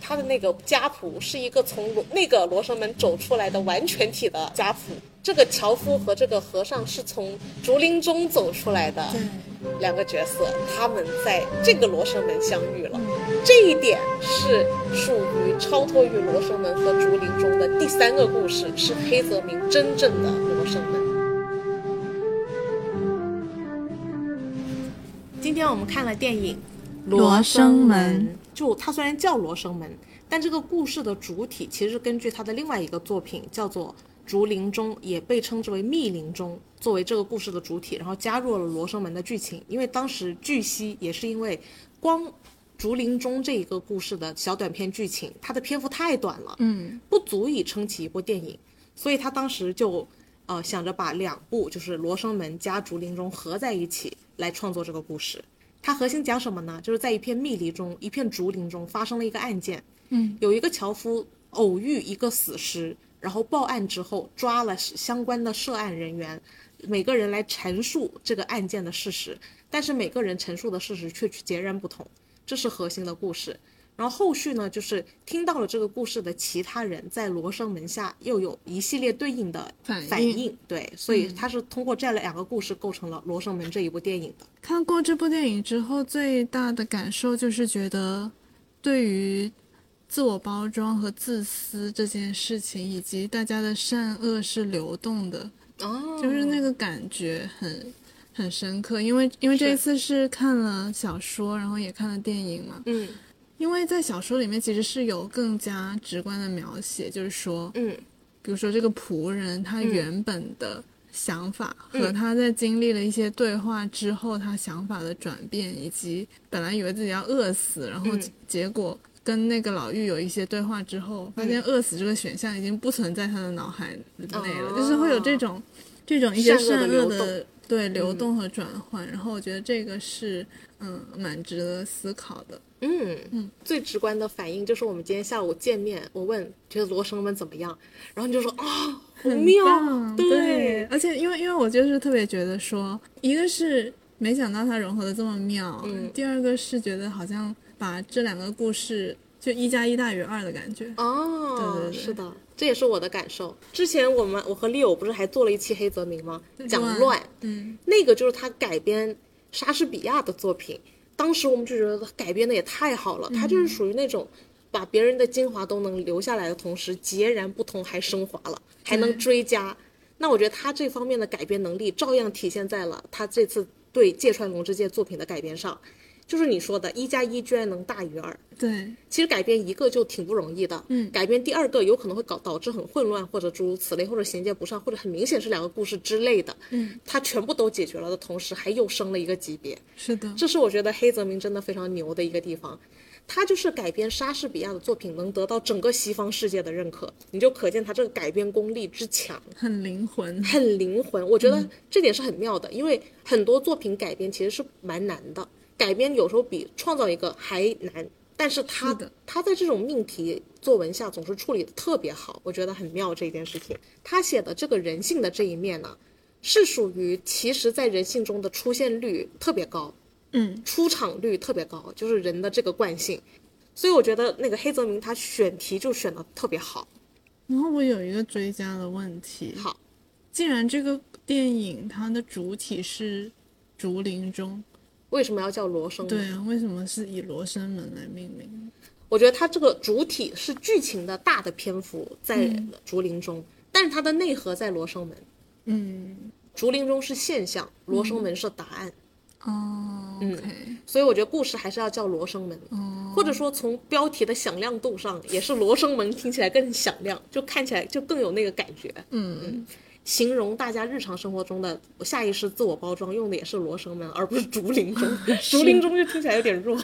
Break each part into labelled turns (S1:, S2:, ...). S1: 他的那个家谱是一个从罗那个罗生门走出来的完全体的家谱。这个樵夫和这个和尚是从竹林中走出来的两个角色，他们在这个罗生门相遇了。这一点是属于超脱于罗生门和竹林中的第三个故事，是黑泽明真正的罗生门。今天我们看了电影《
S2: 罗生门》，
S1: 就它虽然叫《罗生门》，但这个故事的主体其实根据它的另外一个作品叫做《竹林中》，也被称之为《密林中》，作为这个故事的主体，然后加入了《罗生门》的剧情。因为当时据悉，也是因为光《竹林中》这一个故事的小短片剧情，它的篇幅太短了，
S2: 嗯，
S1: 不足以撑起一部电影，所以他当时就呃想着把两部就是《罗生门》加《竹林中》合在一起来创作这个故事。它核心讲什么呢？就是在一片密林中，一片竹林中发生了一个案件，
S2: 嗯，
S1: 有一个樵夫偶遇一个死尸，然后报案之后抓了相关的涉案人员，每个人来陈述这个案件的事实，但是每个人陈述的事实却截然不同，这是核心的故事。然后后续呢，就是听到了这个故事的其他人在罗生门下又有一系列对应的
S2: 反应
S1: 反应，嗯对，所以它是通过这两个故事构成了《罗生门》这一部电影的。
S2: 看过这部电影之后，最大的感受就是觉得，对于自我包装和自私这件事情，以及大家的善恶是流动的，
S1: 哦
S2: 就是那个感觉很很深刻。因为因为这一次是看了小说，然后也看了电影嘛。
S1: 嗯
S2: 因为在小说里面其实是有更加直观的描写，就是说，
S1: 嗯
S2: 比如说这个仆人他原本的想法
S1: 嗯
S2: 和他在经历了一些对话之后，他想法的转变，以及本来以为自己要饿死，然后
S1: 嗯
S2: 结果跟那个老妪有一些对话之后，发现饿死这个选项已经不存在他的脑海内了，
S1: 哦
S2: 就是会有这种这种一些
S1: 善
S2: 善
S1: 恶的流
S2: 恶的
S1: 动嗯
S2: 对流动和转换，然后我觉得这个是嗯蛮值得思考的。
S1: 嗯嗯，最直观的反应就是我们今天下午见面，我问觉得《罗生门》怎么样，然后你就说啊、好
S2: 很
S1: 妙，
S2: 棒对
S1: 对
S2: 而且因为因为我就是特别觉得说，一个是没想到它融合的这么妙，
S1: 嗯
S2: 第二个是觉得好像把这两个故事就一加一大于二的感觉。
S1: 哦，
S2: 对对对
S1: 是的，这也是我的感受。之前我们我和 Leo 不是还做了一期黑泽明吗？讲
S2: 乱
S1: 乱，
S2: 嗯，
S1: 那个就是他改编莎士比亚的作品，当时我们就觉得他改编的也太好了，他就是属于那种把别人的精华都能留下来的同时，截然不同还升华了，还能追加。那我觉得他这方面的改编能力，照样体现在了他这次对芥川龙之介作品的改编上，就是你说的，一加一居然能大于二。
S2: 对，
S1: 其实改编一个就挺不容易的，
S2: 嗯
S1: 改编第二个有可能会搞导致很混乱，或者诸如此类，或者衔接不上，或者很明显是两个故事之类的，
S2: 嗯，
S1: 它全部都解决了的同时，还又升了一个级别，
S2: 是的，
S1: 这是我觉得黑泽明真的非常牛的一个地方。他就是改编莎士比亚的作品能得到整个西方世界的认可，你就可见他这个改编功力之强。
S2: 很灵魂。
S1: 很灵魂，我觉
S2: 嗯
S1: 得这点是很妙的，因为很多作品改编其实是蛮难的，改编有时候比创造一个还难，但是他
S2: 是的
S1: 他在这种命题作文下总是处理的特别好，我觉得很妙这一件事情。他写的这个人性的这一面呢，是属于其实在人性中的出现率特别高，
S2: 嗯，
S1: 出场率特别高，就是人的这个惯性，所以我觉得那个黑泽明他选题就选的特别好，
S2: 然后我有一个追加的问题，
S1: 好，
S2: 既然这个电影它的主体是竹林中，
S1: 为什么要叫罗生门？
S2: 对啊，为什么是以罗生门来命名？
S1: 我觉得它这个主体是剧情的大的篇幅在竹林中，但是它的内核在罗生门。
S2: 嗯，
S1: 竹林中是现象，罗生门是答案，嗯
S2: 哦，OK，
S1: 所以我觉得故事还是要叫罗生门，
S2: 哦，
S1: 或者说从标题的响亮度上，也是罗生门听起来更响亮，就看起来就更有那个感觉。
S2: 嗯，
S1: 形容大家日常生活中的下意识自我包装，用的也是罗生门，而不是竹林 中。竹林中就听起来有点弱。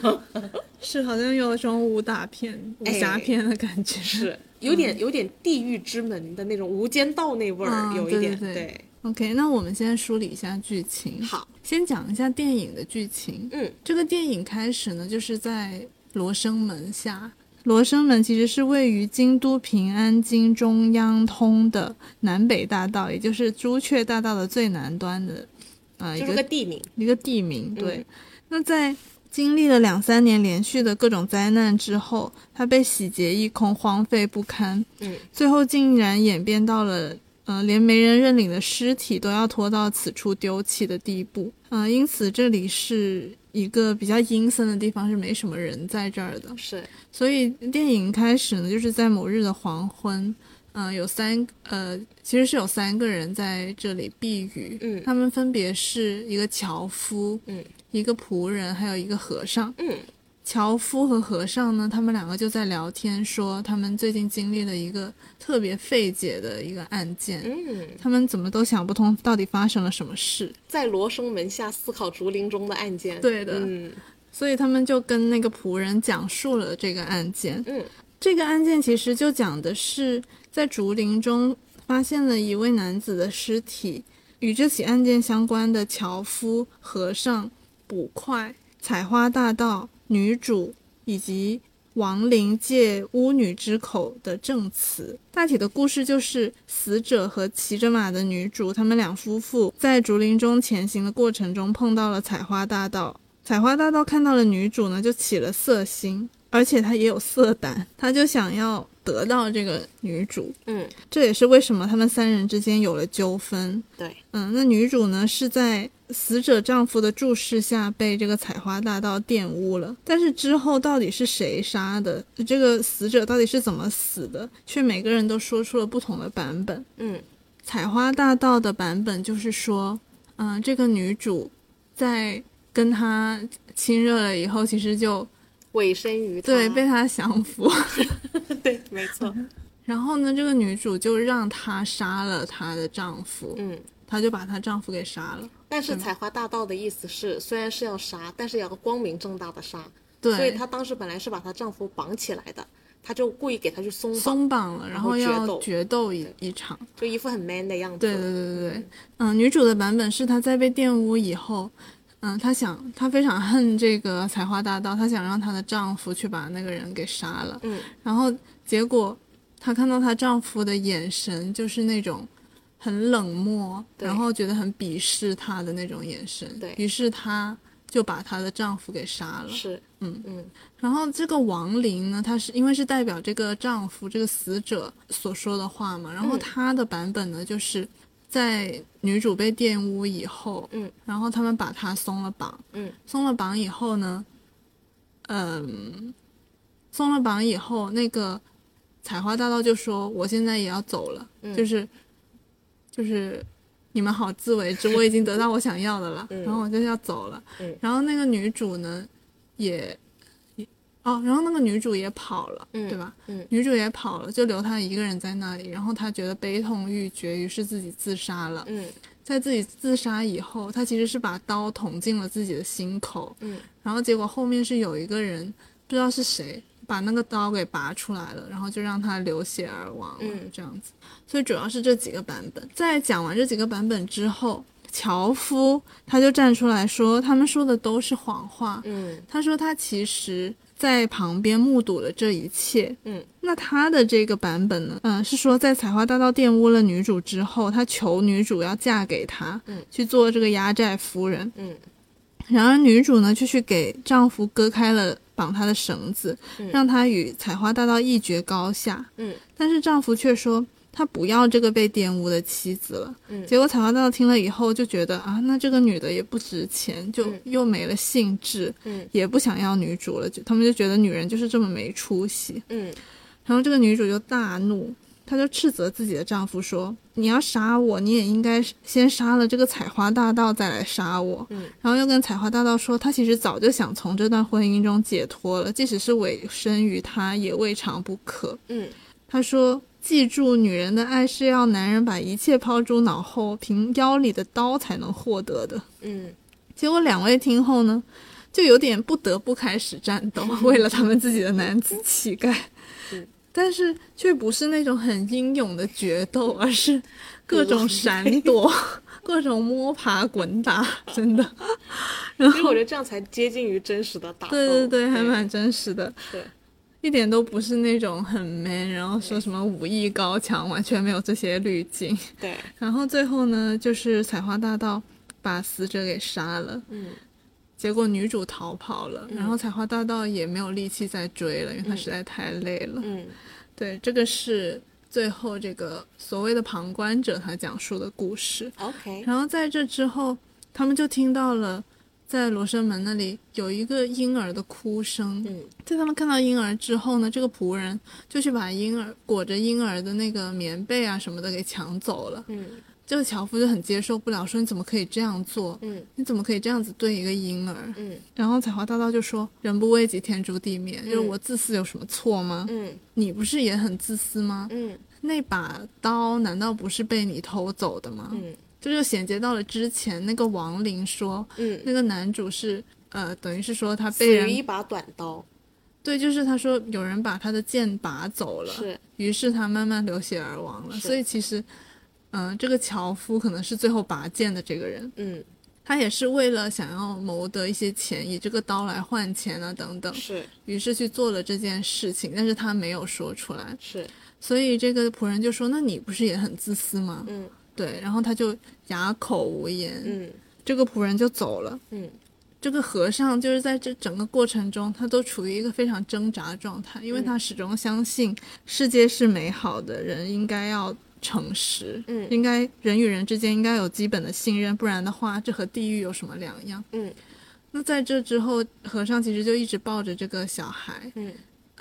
S2: 是好像有一种武打片、武
S1: 哎
S2: 侠片的感觉。
S1: 是有点有点地狱之门的那种无间道那味儿，
S2: 嗯
S1: 有一点
S2: 对对对 OK，那我们现在梳理一下剧情。
S1: 好，
S2: 先讲一下电影的剧情。
S1: 嗯，
S2: 这个电影开始呢，就是在罗生门下。罗生门其实是位于京都平安京中央通的南北大道，也就是朱雀大道的最南端的，呃，一
S1: 就
S2: 个
S1: 是个地名。
S2: 一个地名。对，那在经历了两三年连续的各种灾难之后，他被洗劫一空，荒废不堪。
S1: 嗯，
S2: 最后竟然演变到了，呃，连没人认领的尸体都要拖到此处丢弃的地步。呃，因此这里是一个比较阴森的地方，是没什么人在这儿的。
S1: 是
S2: 所以电影开始呢，就是在某日的黄昏，嗯、有三呃，其实是有三个人在这里避雨，
S1: 嗯
S2: 他们分别是一个樵夫，
S1: 嗯，
S2: 一个仆人，还有一个和尚，
S1: 嗯，
S2: 樵夫和和尚呢，他们两个就在聊天，说他们最近经历了一个特别费解的一个案件，
S1: 嗯，
S2: 他们怎么都想不通到底发生了什么事，
S1: 在罗生门下思考竹林中的案件。
S2: 对的
S1: 嗯
S2: 所以他们就跟那个仆人讲述了这个案件，
S1: 嗯
S2: 这个案件其实就讲的是在竹林中发现了一位男子的尸体，与这起案件相关的樵夫、和尚、捕快、采花大盗、女主以及亡灵界巫女之口的证词。大体的故事就是死者和骑着马的女主，他们两夫妇在竹林中前行的过程中碰到了采花大盗，采花大盗看到了女主呢，就起了色心，而且他也有色胆，他就想要得到这个女主。
S1: 嗯，
S2: 这也是为什么他们三人之间有了纠纷。
S1: 对，
S2: 嗯，那女主呢是在死者丈夫的注视下被这个采花大盗玷污了，但是之后到底是谁杀的，这个死者到底是怎么死的，却每个人都说出了不同的版本。
S1: 嗯
S2: 采花大盗的版本就是说，嗯、这个女主在跟他亲热了以后，其实就
S1: 委身于他
S2: 对被嗯他降服，
S1: 对，没错。
S2: 然后呢，这个女主就让他杀了她的丈夫，
S1: 嗯，
S2: 她就把她丈夫给杀了。
S1: 但是采花大盗的意思是，虽然是要杀，但是要光明正大的杀。所以
S2: 对，
S1: 她当时本来是把她丈夫绑起来的，她就故意给他去松绑，
S2: 松绑了，然
S1: 后
S2: 后
S1: 决
S2: 要
S1: 斗
S2: 决斗一一场。
S1: 就一副很 man 的样子。
S2: 对对对对对，嗯、女主的版本是她在被玷污以后，嗯、她想她非常恨这个采花大盗，她想让她的丈夫去把那个人给杀了，
S1: 嗯，
S2: 然后结果她看到她丈夫的眼神就是那种很冷漠，
S1: 对
S2: 然后觉得很鄙视她的那种眼神，
S1: 对
S2: 于是她就把她的丈夫给杀了，
S1: 是，
S2: 嗯
S1: 嗯
S2: 然后这个亡灵呢，她是因为是代表这个丈夫这个死者所说的话嘛，然后
S1: 嗯
S2: 她的版本呢，就是在女主被玷污以后，
S1: 嗯，
S2: 然后他们把她松了绑，
S1: 嗯，
S2: 松了绑以后呢，嗯，松了绑以后，那个采花大盗就说：“我现在也要走了，
S1: 嗯
S2: 就是就是你们好自为之，我已经得到我想要的了，
S1: 嗯
S2: 然后我就要走了。
S1: 嗯
S2: 然后那个女主呢，也也哦，然后那个女主也跑了，
S1: 嗯
S2: 对吧？
S1: 嗯
S2: 女主也跑了，就留她一个人在那里。然后她觉得悲痛欲绝，于是自己自杀了。
S1: 嗯
S2: 在自己自杀以后，她其实是把刀捅进了自己的心口，
S1: 嗯
S2: 然后结果后面是有一个人不知道是谁把那个刀给拔出来了，然后就让他流血而亡了，
S1: 嗯
S2: 这样子。所以主要是这几个版本。在讲完这几个版本之后，樵夫他就站出来说，他们说的都是谎话。
S1: 嗯
S2: 他说他其实在旁边目睹了这一切。
S1: 嗯，
S2: 那他的这个版本呢？嗯、是说在采花大盗玷污了女主之后，他求女主要嫁给他，
S1: 嗯
S2: 去做这个压寨夫人。
S1: 嗯
S2: 然而女主呢，却去给丈夫割开了绑她的绳子，
S1: 嗯
S2: 让她与采花大盗一决高下。
S1: 嗯，
S2: 但是丈夫却说他不要这个被玷污的妻子了。
S1: 嗯
S2: 结果采花大盗听了以后就觉得啊，那这个女的也不值钱，就
S1: 嗯
S2: 又没了兴致，
S1: 嗯
S2: 也不想要女主了。就他们就觉得女人就是这么没出息。
S1: 嗯
S2: 然后这个女主就大怒，她就斥责自己的丈夫说：“你要杀我，你也应该先杀了这个采花大盗，再来杀我。”
S1: 嗯，
S2: 然后又跟采花大盗说，她其实早就想从这段婚姻中解脱了，即使是委身于他，也未尝不可。
S1: 嗯
S2: 她说：“记住，女人的爱是要男人把一切抛诸脑后，凭腰里的刀才能获得的。”
S1: 嗯
S2: 结果两位听后呢，就有点不得不开始战 斗，为了他们自己的男子气概
S1: 嗯。
S2: 但是却不是那种很英勇的决斗，而是各种闪躲、 各种摸爬滚打，真 的。
S1: 嗯，所以我觉得这样才接近于真实的打斗。
S2: 对对对，还蛮真实的，
S1: 对
S2: 一点都不是那种很 man，然后说什么武艺高强，完全没有这些滤镜。
S1: 对，
S2: 然后最后呢，就是采花大盗把死者给杀了。
S1: 嗯
S2: 结果女主逃跑了，然后彩花大道也没有力气再追了，因为她实在太累了。
S1: 嗯
S2: 对，这个是最后这个所谓的旁观者他讲述的故事。
S1: ，OK，
S2: 然后在这之后，他们就听到了在罗生门那里有一个婴儿的哭声。
S1: 嗯，
S2: 在他们看到婴儿之后呢，这个仆人就去把婴儿裹着婴儿的那个棉被啊什么的给抢走了。
S1: 嗯
S2: 这个樵夫就很接受不了，说你怎么可以这样做？
S1: 嗯
S2: 你怎么可以这样子对一个婴儿？
S1: 嗯
S2: 然后彩华大道就说：“人不为己，天诛地灭。就是
S1: 嗯
S2: 我自私有什么错吗？
S1: 嗯
S2: 你不是也很自私吗？
S1: 嗯
S2: 那把刀难道不是被你偷走的吗？
S1: 嗯
S2: 这就衔接到了之前那个亡灵说，
S1: 嗯，
S2: 那个男主是呃，等于是说他
S1: 死
S2: 被
S1: 于一
S2: 人
S1: 把短刀，
S2: 对，就是他说有人把他的剑拔走了，
S1: 是
S2: 于是他慢慢流血而亡了。
S1: 是
S2: 所以其实，嗯、这个樵夫可能是最后拔剑的这个人，
S1: 嗯
S2: 他也是为了想要谋得一些钱，以这个刀来换钱啊等等，
S1: 是
S2: 于是去做了这件事情，但是他没有说出来。
S1: 是，
S2: 所以这个仆人就说：“那你不是也很自私吗？”
S1: 嗯
S2: 对，然后他就哑口无言。
S1: 嗯
S2: 这个仆人就走了。
S1: 嗯
S2: 这个和尚就是在这整个过程中，他都处于一个非常挣扎的状态，
S1: 嗯
S2: 因为他始终相信世界是美好的，人应该要诚实，
S1: 嗯
S2: 应该人与人之间应该有基本的信任，不然的话，这和地狱有什么两样？
S1: 嗯
S2: 那在这之后，和尚其实就一直抱着这个小孩。
S1: 嗯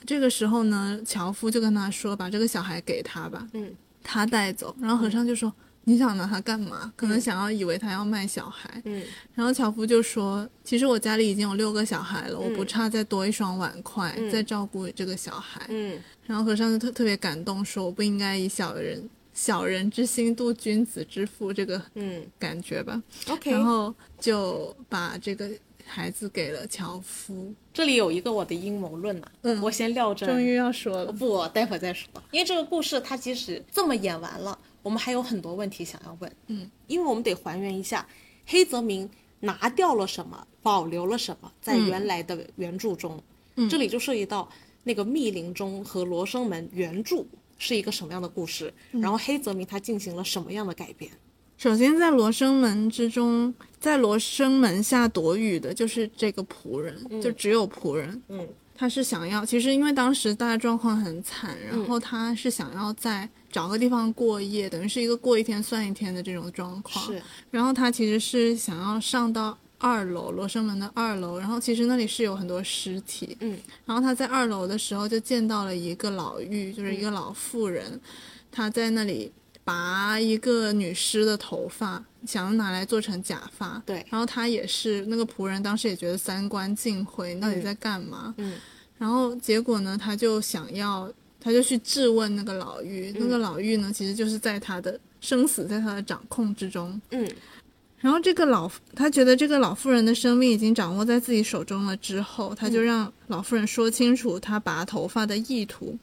S2: 这个时候呢，樵夫就跟他说：“把这个小孩给他吧。”
S1: 嗯
S2: 他带走，然后和尚就说：“你想拿他干嘛？可能想要以为他要卖小孩。
S1: 嗯
S2: 然后樵夫就说：“其实我家里已经有六个小孩了，我不差再多一双碗筷，
S1: 嗯
S2: 再照顾这个小孩。
S1: 嗯
S2: 然后和尚就特特别感动，说：“我不应该以小人小人之心度君子之腹这个
S1: 嗯
S2: 感觉吧。
S1: ，OK，
S2: 然后就把这个孩子给了樵夫。
S1: 这里有一个我的阴谋论呐、
S2: 嗯
S1: 我先撂这儿。
S2: 终于要说了，
S1: 不，待会儿再说。因为这个故事它即使这么演完了，我们还有很多问题想要问。
S2: 嗯，
S1: 因为我们得还原一下黑泽明拿掉了什么，保留了什么，在原来的原著中，
S2: 嗯
S1: 这里就涉及到那个《密林钟》和《罗生门》原著是一个什么样的故事，
S2: 嗯
S1: 然后黑泽明他进行了什么样的改编。
S2: 首先在罗生门之中，在罗生门下躲雨的就是这个仆人，就只有仆人。
S1: 嗯
S2: 他是想要，其实因为当时大家状况很惨，然后他是想要在找个地方过夜，等于是一个过一天算一天的这种状况。
S1: 是。
S2: 然后他其实是想要上到二楼，罗生门的二楼，然后其实那里是有很多尸体。
S1: 嗯。
S2: 然后他在二楼的时候就见到了一个老妪，就是一个老妇人，她在那里拔一个女尸的头发，想要拿来做成假发。
S1: 对
S2: 然后他也是那个仆人，当时也觉得三观尽毁，你到底在干嘛？
S1: 嗯
S2: 然后结果呢，他就想要，他就去质问那个老妪，那个老妪呢，其实就是在他的生死在他的掌控之中。
S1: 嗯
S2: 然后这个老他觉得这个老妇人的生命已经掌握在自己手中了之后，他就让老妇人说清楚他拔头发的意图。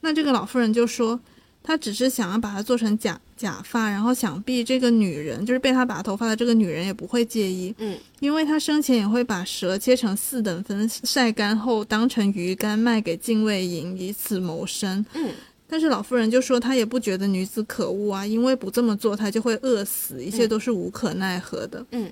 S2: 那这个老妇人就说，她只是想要把它做成假假发，然后想必这个女人就是被他拔头发的这个女人也不会介意，
S1: 嗯，
S2: 因为她生前也会把蛇切成四等分，晒干后当成鱼干卖给禁卫营，以此谋生。
S1: 嗯，
S2: 但是老妇人就说，她也不觉得女子可恶啊，因为不这么做，她就会饿死，一切都是无可奈何的。
S1: 嗯，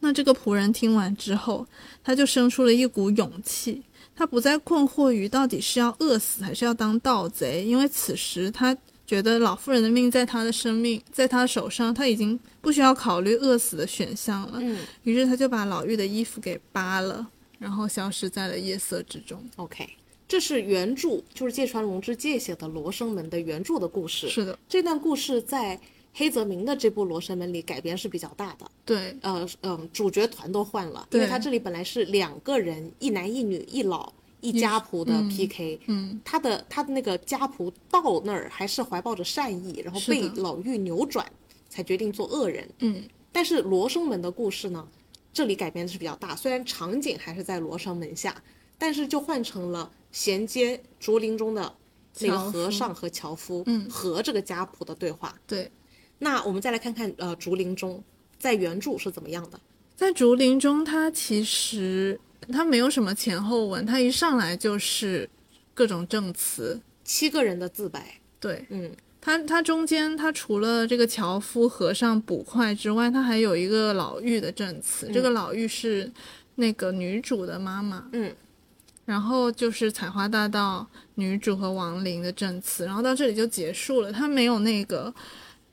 S2: 那这个仆人听完之后，他就生出了一股勇气，他不再困惑于到底是要饿死还是要当盗贼，因为此时他觉得老妇人的命在他的生命在他手上，他已经不需要考虑饿死的选项了。
S1: 嗯
S2: 于是他就把老妪的衣服给扒了，然后消失在了夜色之中。
S1: ，OK，这是原著，就是芥川龙之介写的《罗生门》的原著的故事。
S2: 是的，
S1: 这段故事在黑泽明的这部《罗生门》里改编是比较大的，
S2: 对，
S1: 呃嗯，主角团都换了，因为
S2: 对
S1: 他这里本来是两个人，一男一女，一老一家仆的 PK，
S2: 嗯，
S1: 他的他的那个家仆到那儿还是怀抱着善意，然后
S2: 是
S1: 被
S2: 的
S1: 老妪扭转，才决定做恶人。
S2: 嗯，
S1: 但是罗生门的故事呢，这里改编的是比较大，虽然场景还是在罗生门下，但是就换成了衔接竹林中的那个
S2: 樵夫
S1: 和尚和樵夫，
S2: 嗯
S1: 和这个家仆的对话。
S2: 对。
S1: 那我们再来看看呃竹林中在原著是怎么样的。
S2: 在竹林中，它其实它没有什么前后文，它一上来就是各种证词，
S1: 七个人的自白，
S2: 对，
S1: 嗯
S2: 他他中间他除了这个樵夫、和尚、捕快之外，他还有一个老妪的证词。这个老妪是那个女主的妈妈，
S1: 嗯，
S2: 然后就是《采花大盗》女主和王林的证词，然后到这里就结束了。他没有那个，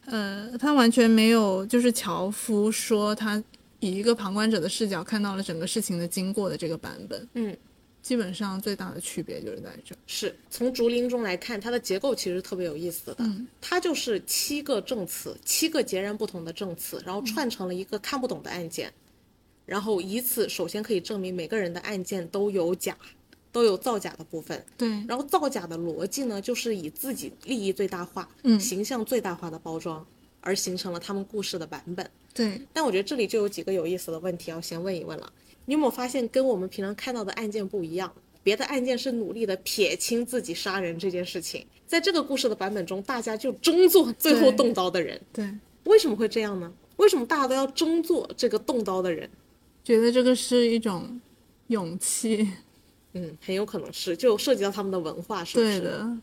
S2: 呃，他完全没有就是樵夫说他以一个旁观者的视角看到了整个事情的经过的这个版本，
S1: 嗯，
S2: 基本上最大的区别就是在这儿。
S1: 是从竹林中来看，它的结构其实特别有意思的，
S2: 嗯
S1: 它就是七个证词，七个截然不同的证词，然后串成了一个看不懂的案件，然后以此首先可以证明每个人的案件都有假，都有造假的部分，
S2: 对，
S1: 然后造假的逻辑呢，就是以自己利益最大化、
S2: 嗯
S1: 形象最大化的包装，而形成了他们故事的版本。
S2: 对，
S1: 但我觉得这里就有几个有意思的问题要先问一问了。你有没有发现跟我们平常看到的案件不一样？别的案件是努力的撇清自己杀人这件事情，在这个故事的版本中，大家就争 做最后
S2: 对
S1: 动刀的人，
S2: 对，
S1: 为什么会这样呢？为什么大家都要争做这个动刀的人？
S2: 觉得这个是一种勇气，
S1: 嗯，很有可能是就涉及到他们的文化，是不
S2: 对
S1: 是？
S2: 的，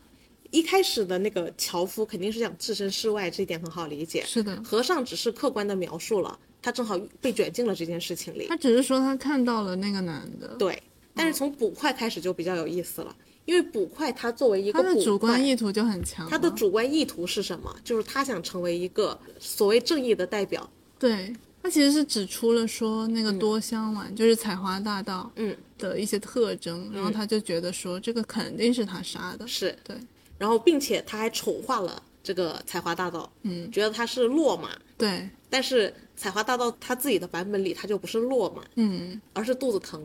S1: 一开始的那个樵夫肯定是想置身事外，这一点很好理解。
S2: 是的。
S1: 和尚只是客观的描述了，他正好被卷进了这件事情里。
S2: 他只是说他看到了那个男的，
S1: 对，但
S2: 嗯
S1: 是从捕快开始就比较有意思了，因为捕快他作为一
S2: 他
S1: 个
S2: 的
S1: 捕
S2: 主观
S1: 快，
S2: 意图就很强了。
S1: 他的主观意图是什么？就是他想成为一个所谓正义的代表。
S2: 对，他其实是指出了说那个多香丸、就是采花大盗
S1: 嗯，
S2: 的一些特征，然后他就觉得说这个肯定是他杀的。
S1: 是。
S2: 对，
S1: 然后，并且他还丑化了这个采花大盗，
S2: 嗯，
S1: 觉得他是落马，
S2: 对，
S1: 但是采花大盗他自己的版本里他就不是落马，
S2: 嗯， 啊
S1: 而是肚子疼，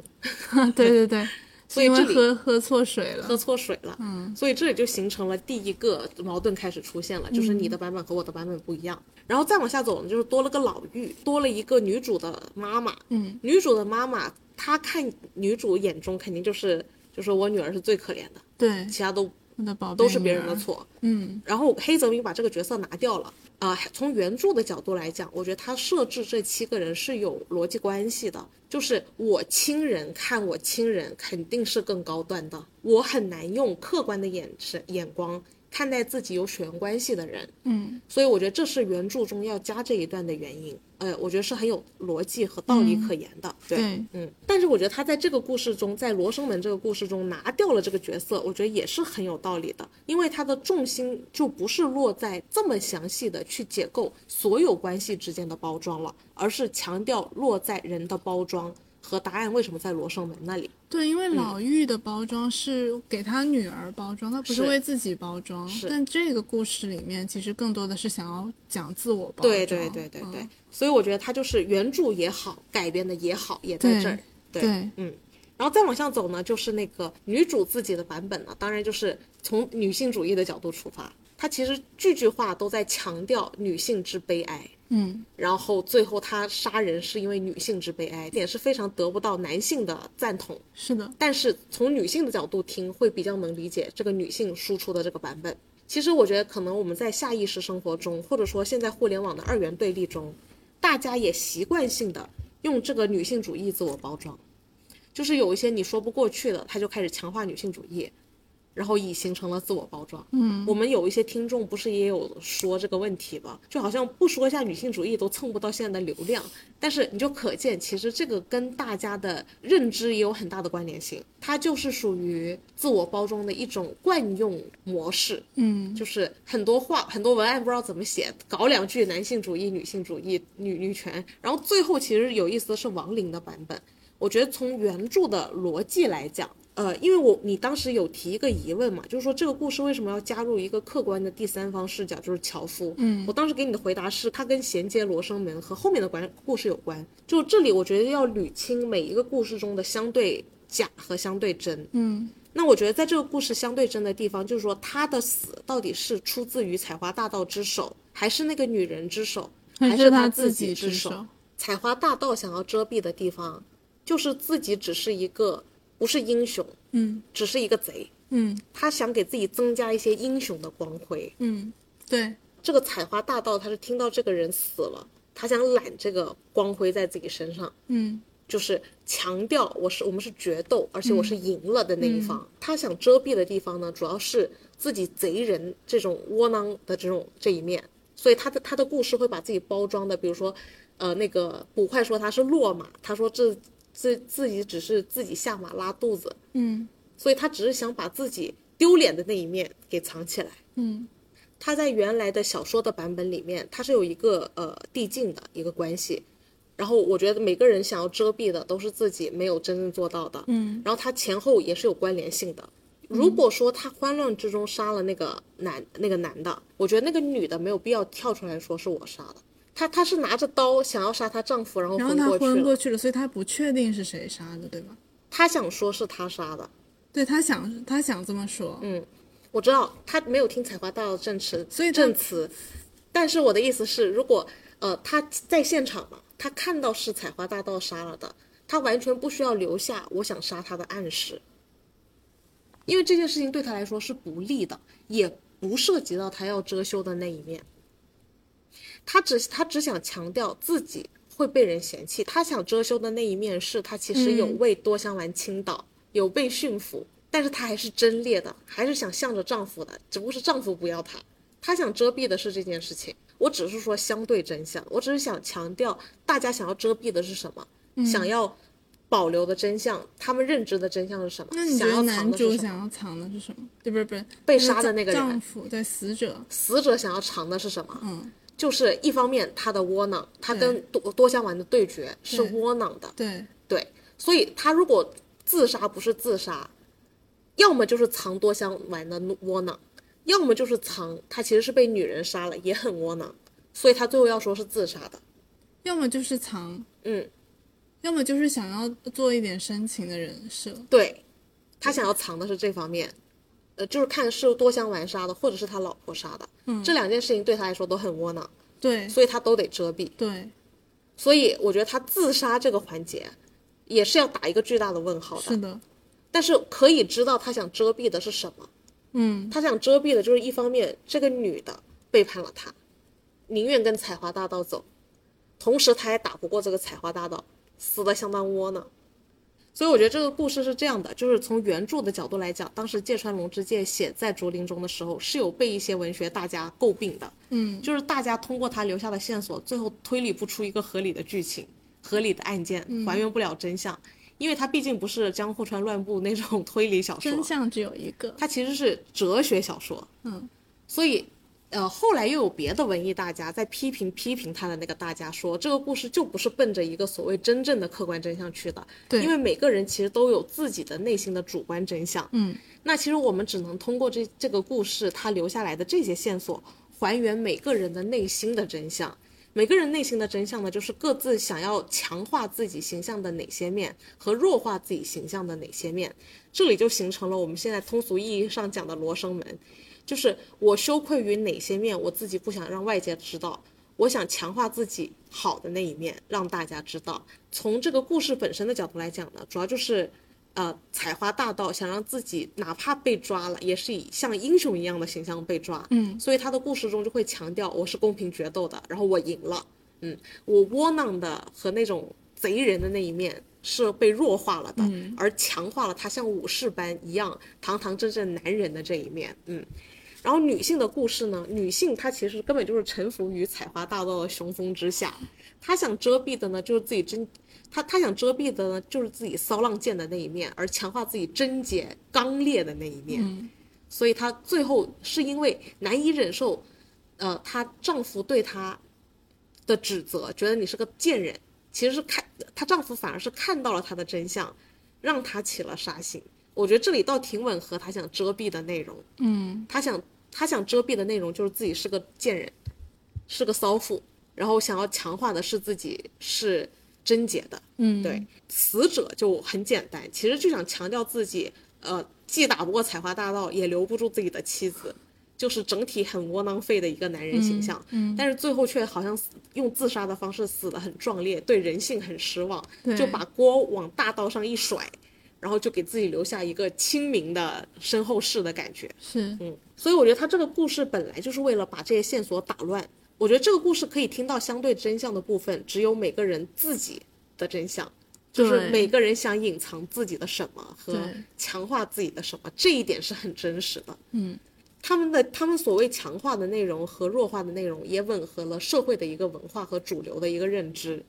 S2: 对 对对，
S1: 所
S2: 是
S1: 以
S2: 因为
S1: 哎这里
S2: 喝喝错水了。
S1: 喝错水了，嗯，所以这里就形成了第一个矛盾开始出现了，就是你的版本和我的版本不一样。然后再往下走呢，就是多了个老妪，多了一个女主的妈妈，
S2: 嗯，
S1: 女主的妈妈她看女主眼中肯定就是就是我女儿是最可怜的，
S2: 对，
S1: 其他都
S2: 我的宝贝
S1: 都是别人
S2: 女
S1: 的
S2: 儿。
S1: 错。
S2: 嗯，
S1: 然后黑泽明把这个角色拿掉了啊、从原著的角度来讲，我觉得他设置这七个人是有逻辑关系的，就是我亲人看我亲人肯定是更高端的，我很难用客观的眼神眼光看待自己有血缘关系的人，
S2: 嗯，
S1: 所以我觉得这是原著中要加这一段的原因。呃，我觉得是很有逻辑和道理可言的。对，
S2: 对
S1: 嗯。但是我觉得他在这个故事中，在罗生门这个故事中拿掉了这个角色，我觉得也是很有道理的，因为他的重心就不是落在这么详细的去解构所有关系之间的包装了，而是强调落在人的包装和答案为什么在罗生门那里。
S2: 对，因为老妪的包装是给他女儿包装，他不
S1: 是
S2: 是为自己包装
S1: 是。
S2: 但这个故事里面其实更多的是想要讲自我包装。
S1: 对对对对对，
S2: 嗯
S1: 所以我觉得它就是原著也好，改编的也好，也在这儿。对，
S2: 对
S1: 嗯。然后再往下走呢，就是那个女主自己的版本呢，当然就是从女性主义的角度出发，她其实句句话都在强调女性之悲哀。
S2: 嗯，
S1: 然后最后她杀人是因为女性之悲哀，这点是非常得不到男性的赞同。
S2: 是的，
S1: 但是从女性的角度听，会比较能理解这个女性输出的这个版本。其实我觉得，可能我们在下意识生活中，或者说现在互联网的二元对立中，大家也习惯性的用这个女性主义自我包装，就是有一些你说不过去的，他就开始强化女性主义，然后已形成了自我包装。嗯，我们有一些听众不是也有说这个问题吗？就好像不说一下女性主义都蹭不到现在的流量，但是你就可见，其实这个跟大家的认知也有很大的关联性，它就是属于自我包装的一种惯用模式。
S2: 嗯，
S1: 就是很多话、很多文案不知道怎么写，搞两句男性主义、女性主义、女女权，然后最后其实有意思的是亡灵的版本。我觉得从原著的逻辑来讲，呃，因为我你当时有提一个疑问嘛，就是说这个故事为什么要加入一个客观的第三方视角，就是樵夫？嗯，我当时给你的回答是，它跟衔接罗生门和后面的关故事有关。就这里，我觉得要捋清每一个故事中的相对假和相对真。
S2: 嗯，
S1: 那我觉得在这个故事相对真的地方，就是说他的死到底是出自于采花大盗之手，还是那个女人之手，还
S2: 是
S1: 他
S2: 他自
S1: 己
S2: 之
S1: 手？。采花大盗想要遮蔽的地方，就是自己只是一个不是英雄，
S2: 嗯
S1: 只是一个贼。
S2: 嗯
S1: 他想给自己增加一些英雄的光辉。
S2: 嗯，对
S1: 这个采花大盗他是听到这个人死了，他想揽这个光辉在自己身上。
S2: 嗯
S1: 就是强调我是我们是决斗，而且我是赢了的那一方。他想遮蔽的地方呢，主要是自己贼人这种窝囊的这种这一面，所以他的他的故事会把自己包装的，比如说，呃，那个捕快说他是落马，他说这自自己只是自己下马拉肚子，
S2: 嗯
S1: 所以他只是想把自己丢脸的那一面给藏起来。
S2: 嗯
S1: 他在原来的小说的版本里面，它是有一个呃递进的一个关系。然后我觉得每个人想要遮蔽的都是自己没有真正做到的，
S2: 嗯，
S1: 然后它前后也是有关联性的。如果说他慌乱之中杀了那个男那个男的，我觉得那个女的没有必要跳出来说是我杀的。她她是拿着刀想要杀她丈夫，然后
S2: 然后
S1: 昏
S2: 他
S1: 过去
S2: 昏
S1: 了。
S2: 过去了，所以他不确定是谁杀的，对吧？
S1: 她想说是她杀的，
S2: 对他想他想这么说，嗯，
S1: 我知道他没有听采花大道证词，
S2: 所以他
S1: 证词。但是我的意思是，如果呃他在现场嘛，他看到是采花大道杀了的，他完全不需要留下我想杀他的暗示，因为这件事情对他来说是不利的，也不涉及到他要遮羞的那一面。他只他只想强调自己会被人嫌弃，他想遮羞的那一面是他其实
S2: 嗯
S1: 有为多香丸倾倒，有被驯服，但是他还是贞烈的，还是想向着丈夫的，只不过是丈夫不要她，她想遮蔽的是这件事情。我只是说相对真相，我只是想强调大家想要遮蔽的是什么，
S2: 嗯
S1: 想要保留的真相，他们认知的真相是什么，
S2: 那你觉
S1: 想要
S2: 得
S1: 藏
S2: 男
S1: 的是
S2: 主
S1: 什么，
S2: 想要藏的是什么？对，不是不是
S1: 被
S2: 就是
S1: 杀的
S2: 丈
S1: 那个人
S2: 丈夫，对死者，
S1: 死者想要藏的是什么？
S2: 嗯，
S1: 就是一方面他的窝囊，他
S2: 对
S1: 跟多多香丸的对决是
S2: 对
S1: 窝囊的，
S2: 对，
S1: 对，所以他如果自杀不是自杀，要么就是藏多香丸的窝囊，要么就是藏他其实是被女人杀了，也很窝囊，所以他最后要说是自杀的。
S2: 要么就是藏，
S1: 嗯，
S2: 要么就是想要做一点深情的人设，
S1: 对，他想要藏的是这方面，呃，就是看是多香丸杀的，或者是他老婆杀的，嗯，这两件事情对他来说都很窝囊，
S2: 对
S1: 所以他都得遮蔽。
S2: 对，
S1: 所以我觉得他自杀这个环节，也是要打一个巨大的问号
S2: 是
S1: 的。
S2: 的，
S1: 但是可以知道他想遮蔽的是什么。
S2: 嗯
S1: 他想遮蔽的就是一方面，这个女的背叛了他，宁愿跟采花大盗走，同时他也打不过这个采花大盗，死的相当窝囊。所以我觉得这个故事是这样的，就是从原著的角度来讲，当时芥川龙之介写在竹林中的时候，是有被一些文学大家诟病的，
S2: 嗯，
S1: 就是大家通过他留下的线索，最后推理不出一个合理的剧情、合理的案件，
S2: 嗯
S1: 还原不了真相，因为他毕竟不是江户川乱步那种 推理小说，
S2: 真相只有一个，
S1: 它其实是哲学小说，
S2: 嗯，
S1: 所以呃，后来又有别的文艺大家在批评批评他的那个大家说，这个故事就不是奔着一个所谓真正的客观真相去的，
S2: 对
S1: 因为每个人其实都有自己的内心的主观真相，
S2: 嗯，
S1: 那其实我们只能通过这这个故事它留下来的这些线索，还原每个人的内心的真相。每个人内心的真相呢，就是各自想要强化自己形象的哪些面和弱化自己形象的哪些面，这里就形成了我们现在通俗意义上讲的罗生门，就是我羞愧于哪些面，我自己不想让外界知道，我想强化自己好的那一面，让大家知道。从这个故事本身的角度来讲呢，主要就是，呃，采花大盗想让自己哪怕被抓了，也是以像英雄一样的形象被抓。
S2: 嗯，
S1: 所以他的故事中就会强调我是公平决斗的，然后我赢了。嗯，我窝囊的和那种贼人的那一面是被弱化了的，而强化了他像武士般一样堂堂正正男人的这一面。嗯，然后女性的故事呢，女性她其实根本就是臣服于采花大盗的雄风之下，她想遮蔽的呢就是自己贞，她她想遮蔽的呢就是自己骚浪贱的那一面，而强化自己贞洁刚烈的那一面。所以她最后是因为难以忍受，呃，她丈夫对她的指责，觉得你是个贱人，其实是看她丈夫反而是看到了她的真相，让她起了杀心。我觉得这里倒挺吻合她想遮蔽的内容。
S2: 嗯
S1: 他想他想遮蔽的内容就是自己是个贱人，是个骚妇，然后想要强化的是自己是贞洁的。
S2: 嗯，
S1: 对，，死者就很简单，其实就想强调自己，呃，既打不过采花大盗，也留不住自己的妻子，就是整体很窝囊废的一个男人形象。
S2: 嗯
S1: 但是最后却好像死用自杀的方式死得很壮烈，对人性很失望，
S2: 对
S1: 就把锅往大道上一甩，然后就给自己留下一个清明的身后事的感觉。
S2: 是，
S1: 嗯，所以我觉得他这个故事本来就是为了把这些线索打乱。我觉得这个故事可以听到相对真相的部分，只有每个人自己的真相，就是
S2: 对
S1: 每个人想隐藏自己的什么和
S2: 对
S1: 强化自己的什么，这一点是很真实的。
S2: 嗯，
S1: 他们的他们所谓强化的内容和弱化的内容，也吻合了社会的一个文化和主流的一个认知。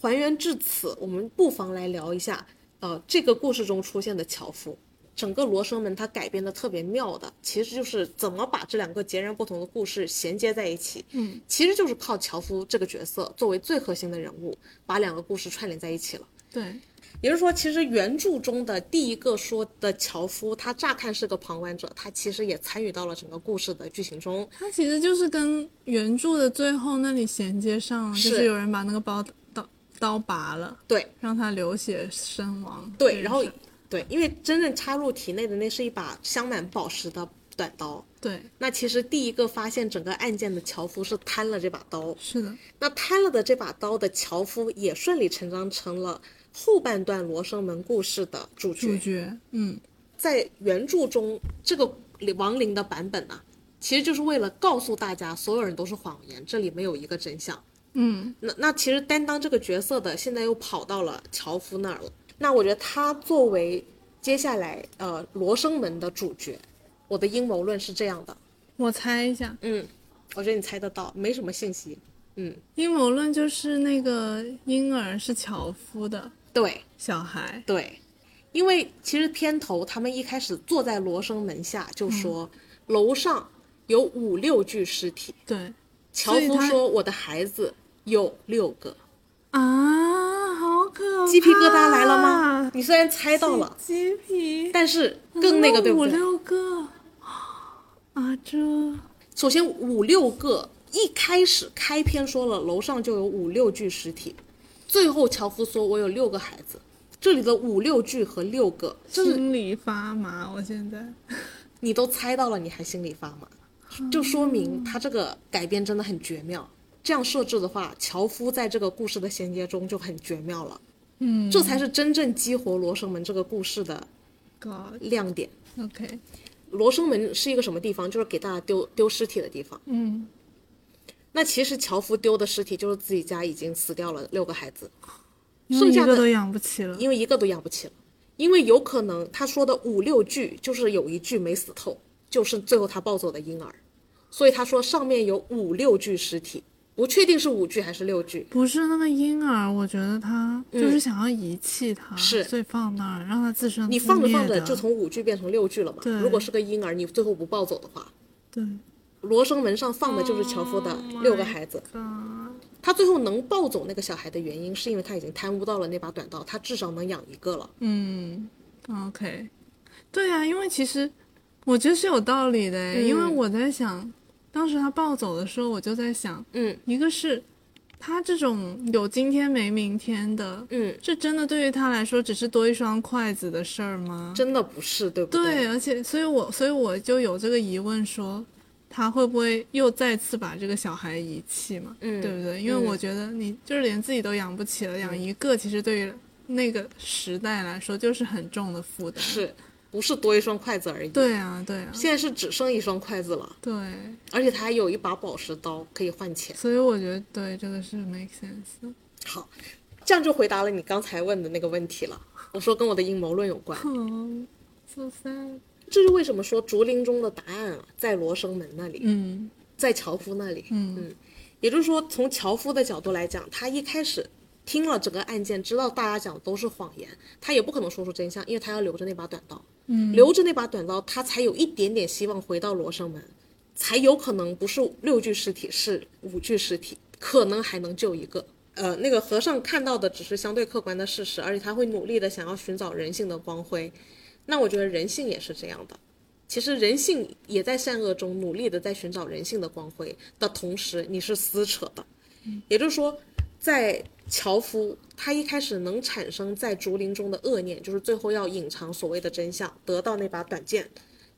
S1: 还原至此，我们不妨来聊一下，呃，这个故事中出现的樵夫。整个《罗生门》它改编的特别妙的，其实就是怎么把这两个截然不同的故事衔接在一起。嗯，其实就是靠樵夫这个角色作为最核心的人物，把两个故事串联在一起了。
S2: 对，
S1: 也就是说，其实原著中的第一个说的樵夫，他乍看是个旁观者，他其实也参与到了整个故事的剧情中。
S2: 它其实就是跟原著的最后那里衔接上了，就是是有人把那个包刀刀拔了，
S1: 对
S2: 让他流血身亡。
S1: 对，然后
S2: 嗯就是
S1: 对，因为真正插入体内的那是一把镶满宝石的短刀。
S2: 对，
S1: 那其实第一个发现整个案件的樵夫是贪了这把刀，
S2: 是的，
S1: 那贪了的这把刀的樵夫也顺理成章成了后半段罗生门故事的主角。
S2: 主角，嗯，
S1: 在原著中，这个亡灵的版本呢、啊其实就是为了告诉大家，所有人都是谎言，这里没有一个真相。
S2: 嗯，
S1: 那那其实担当这个角色的，现在又跑到了樵夫那儿了。那我觉得他作为接下来呃罗生门的主角，我的阴谋论是这样的，
S2: 我猜一下，
S1: 嗯，我觉得你猜得到，没什么信息，嗯，
S2: 阴谋论就是那个婴儿是樵夫的
S1: 对，
S2: 小孩，
S1: 对，因为其实片头他们一开始坐在罗生门下就说，楼上有五六具尸体。
S2: 对
S1: 樵
S2: 所以
S1: 夫
S2: 他
S1: 说：“我的孩子有六个。
S2: 啊，好可”怕，
S1: 鸡皮疙瘩来了
S2: 啊
S1: 吗？？你虽然猜到了，
S2: 鸡皮，
S1: 但是更那个，对不
S2: 五
S1: 对？
S2: 六个啊，这
S1: 首先五六个，一开始开篇说了楼上就有五六具尸体，最后樵夫说：“我有六个孩子。”这里的五六句和六个，就是
S2: 心里发麻，我现在
S1: 你都猜到了，你还心里发麻，
S2: 啊
S1: 就说明他这个改编真的很绝妙。这样设置的话，樵夫在这个故事的衔接中就很绝妙了。
S2: 嗯，
S1: 这才是真正激活《罗生门》这个故事的
S2: God，OK，、
S1: 亮点。
S2: OK，
S1: 罗生门是一个什么地方？就是给大家丢丢尸体的地方。
S2: 嗯，
S1: 那其实樵夫丢的尸体就是自己家已经死掉了六个孩子，
S2: 因为
S1: 剩
S2: 一
S1: 下
S2: 个
S1: 的
S2: 都养不起了，
S1: 因为一个都养不起了。因为有可能他说的五六句，就是有一句没死透，就是最后他抱走的婴儿，所以他说上面有五六具尸体，不确定是五具还是六具。
S2: 不是那个婴儿，我觉得他就是想要遗弃他，
S1: 嗯是
S2: 所以放那儿让他自生
S1: 你
S2: 自
S1: 放着
S2: 灭
S1: 放着
S2: 的
S1: 就从五具变成六具了嘛
S2: 对？
S1: 如果是个婴儿，你最后不抱走的话，
S2: 对
S1: 罗生门上放的就是樵夫的六个孩子。
S2: 啊，
S1: 他最后能抱走那个小孩的原因，是因为他已经贪污到了那把短刀，他至少能养一个了。
S2: 嗯，OK，对啊，因为其实我觉得是有道理的诶，因为我在想，当时他暴走的时候，我就在想，
S1: 嗯
S2: 一个是他这种有今天没明天的，
S1: 嗯，
S2: 这真的对于他来说只是多一双筷子的事儿吗？
S1: 真的不是，对不
S2: 对，而且所以我，所以我就有这个疑问说。他会不会又再次把这个小孩遗弃嘛？
S1: 嗯
S2: 对不对？因为我觉得你就是连自己都养不起了，养一个其实对于那个时代来说就是很重的负担。
S1: 是不是多一双筷子而已？
S2: 对啊，对啊，
S1: 现在是只剩一双筷子了，
S2: 对，
S1: 而且他还有一把宝石刀可以换钱。
S2: 所以我觉得对这个是 make sense 的。
S1: 好，这样就回答了你刚才问的那个问题了。我说跟我的阴谋论有关，
S2: 嗯，so sad。
S1: 这是为什么说竹林中的答案啊，在罗生门那里，
S2: 嗯
S1: 在樵夫那里。
S2: 嗯
S1: 也就是说，从樵夫的角度来讲，他一开始听了整个案件，知道大家讲的都是谎言，他也不可能说出真相，因为他要留着那把短刀。
S2: 嗯，
S1: 留着那把短刀，他才有一点点希望回到罗生门，才有可能不是六具尸体，是五具尸体，可能还能救一个。呃，那个和尚看到的只是相对客观的事实，而且他会努力的想要寻找人性的光辉。那我觉得人性也是这样的，其实人性也在善恶中努力的在寻找人性的光辉的同时，你是撕扯的，也就是说，在樵夫他一开始能产生在竹林中的恶念，就是最后要隐藏所谓的真相，得到那把短剑，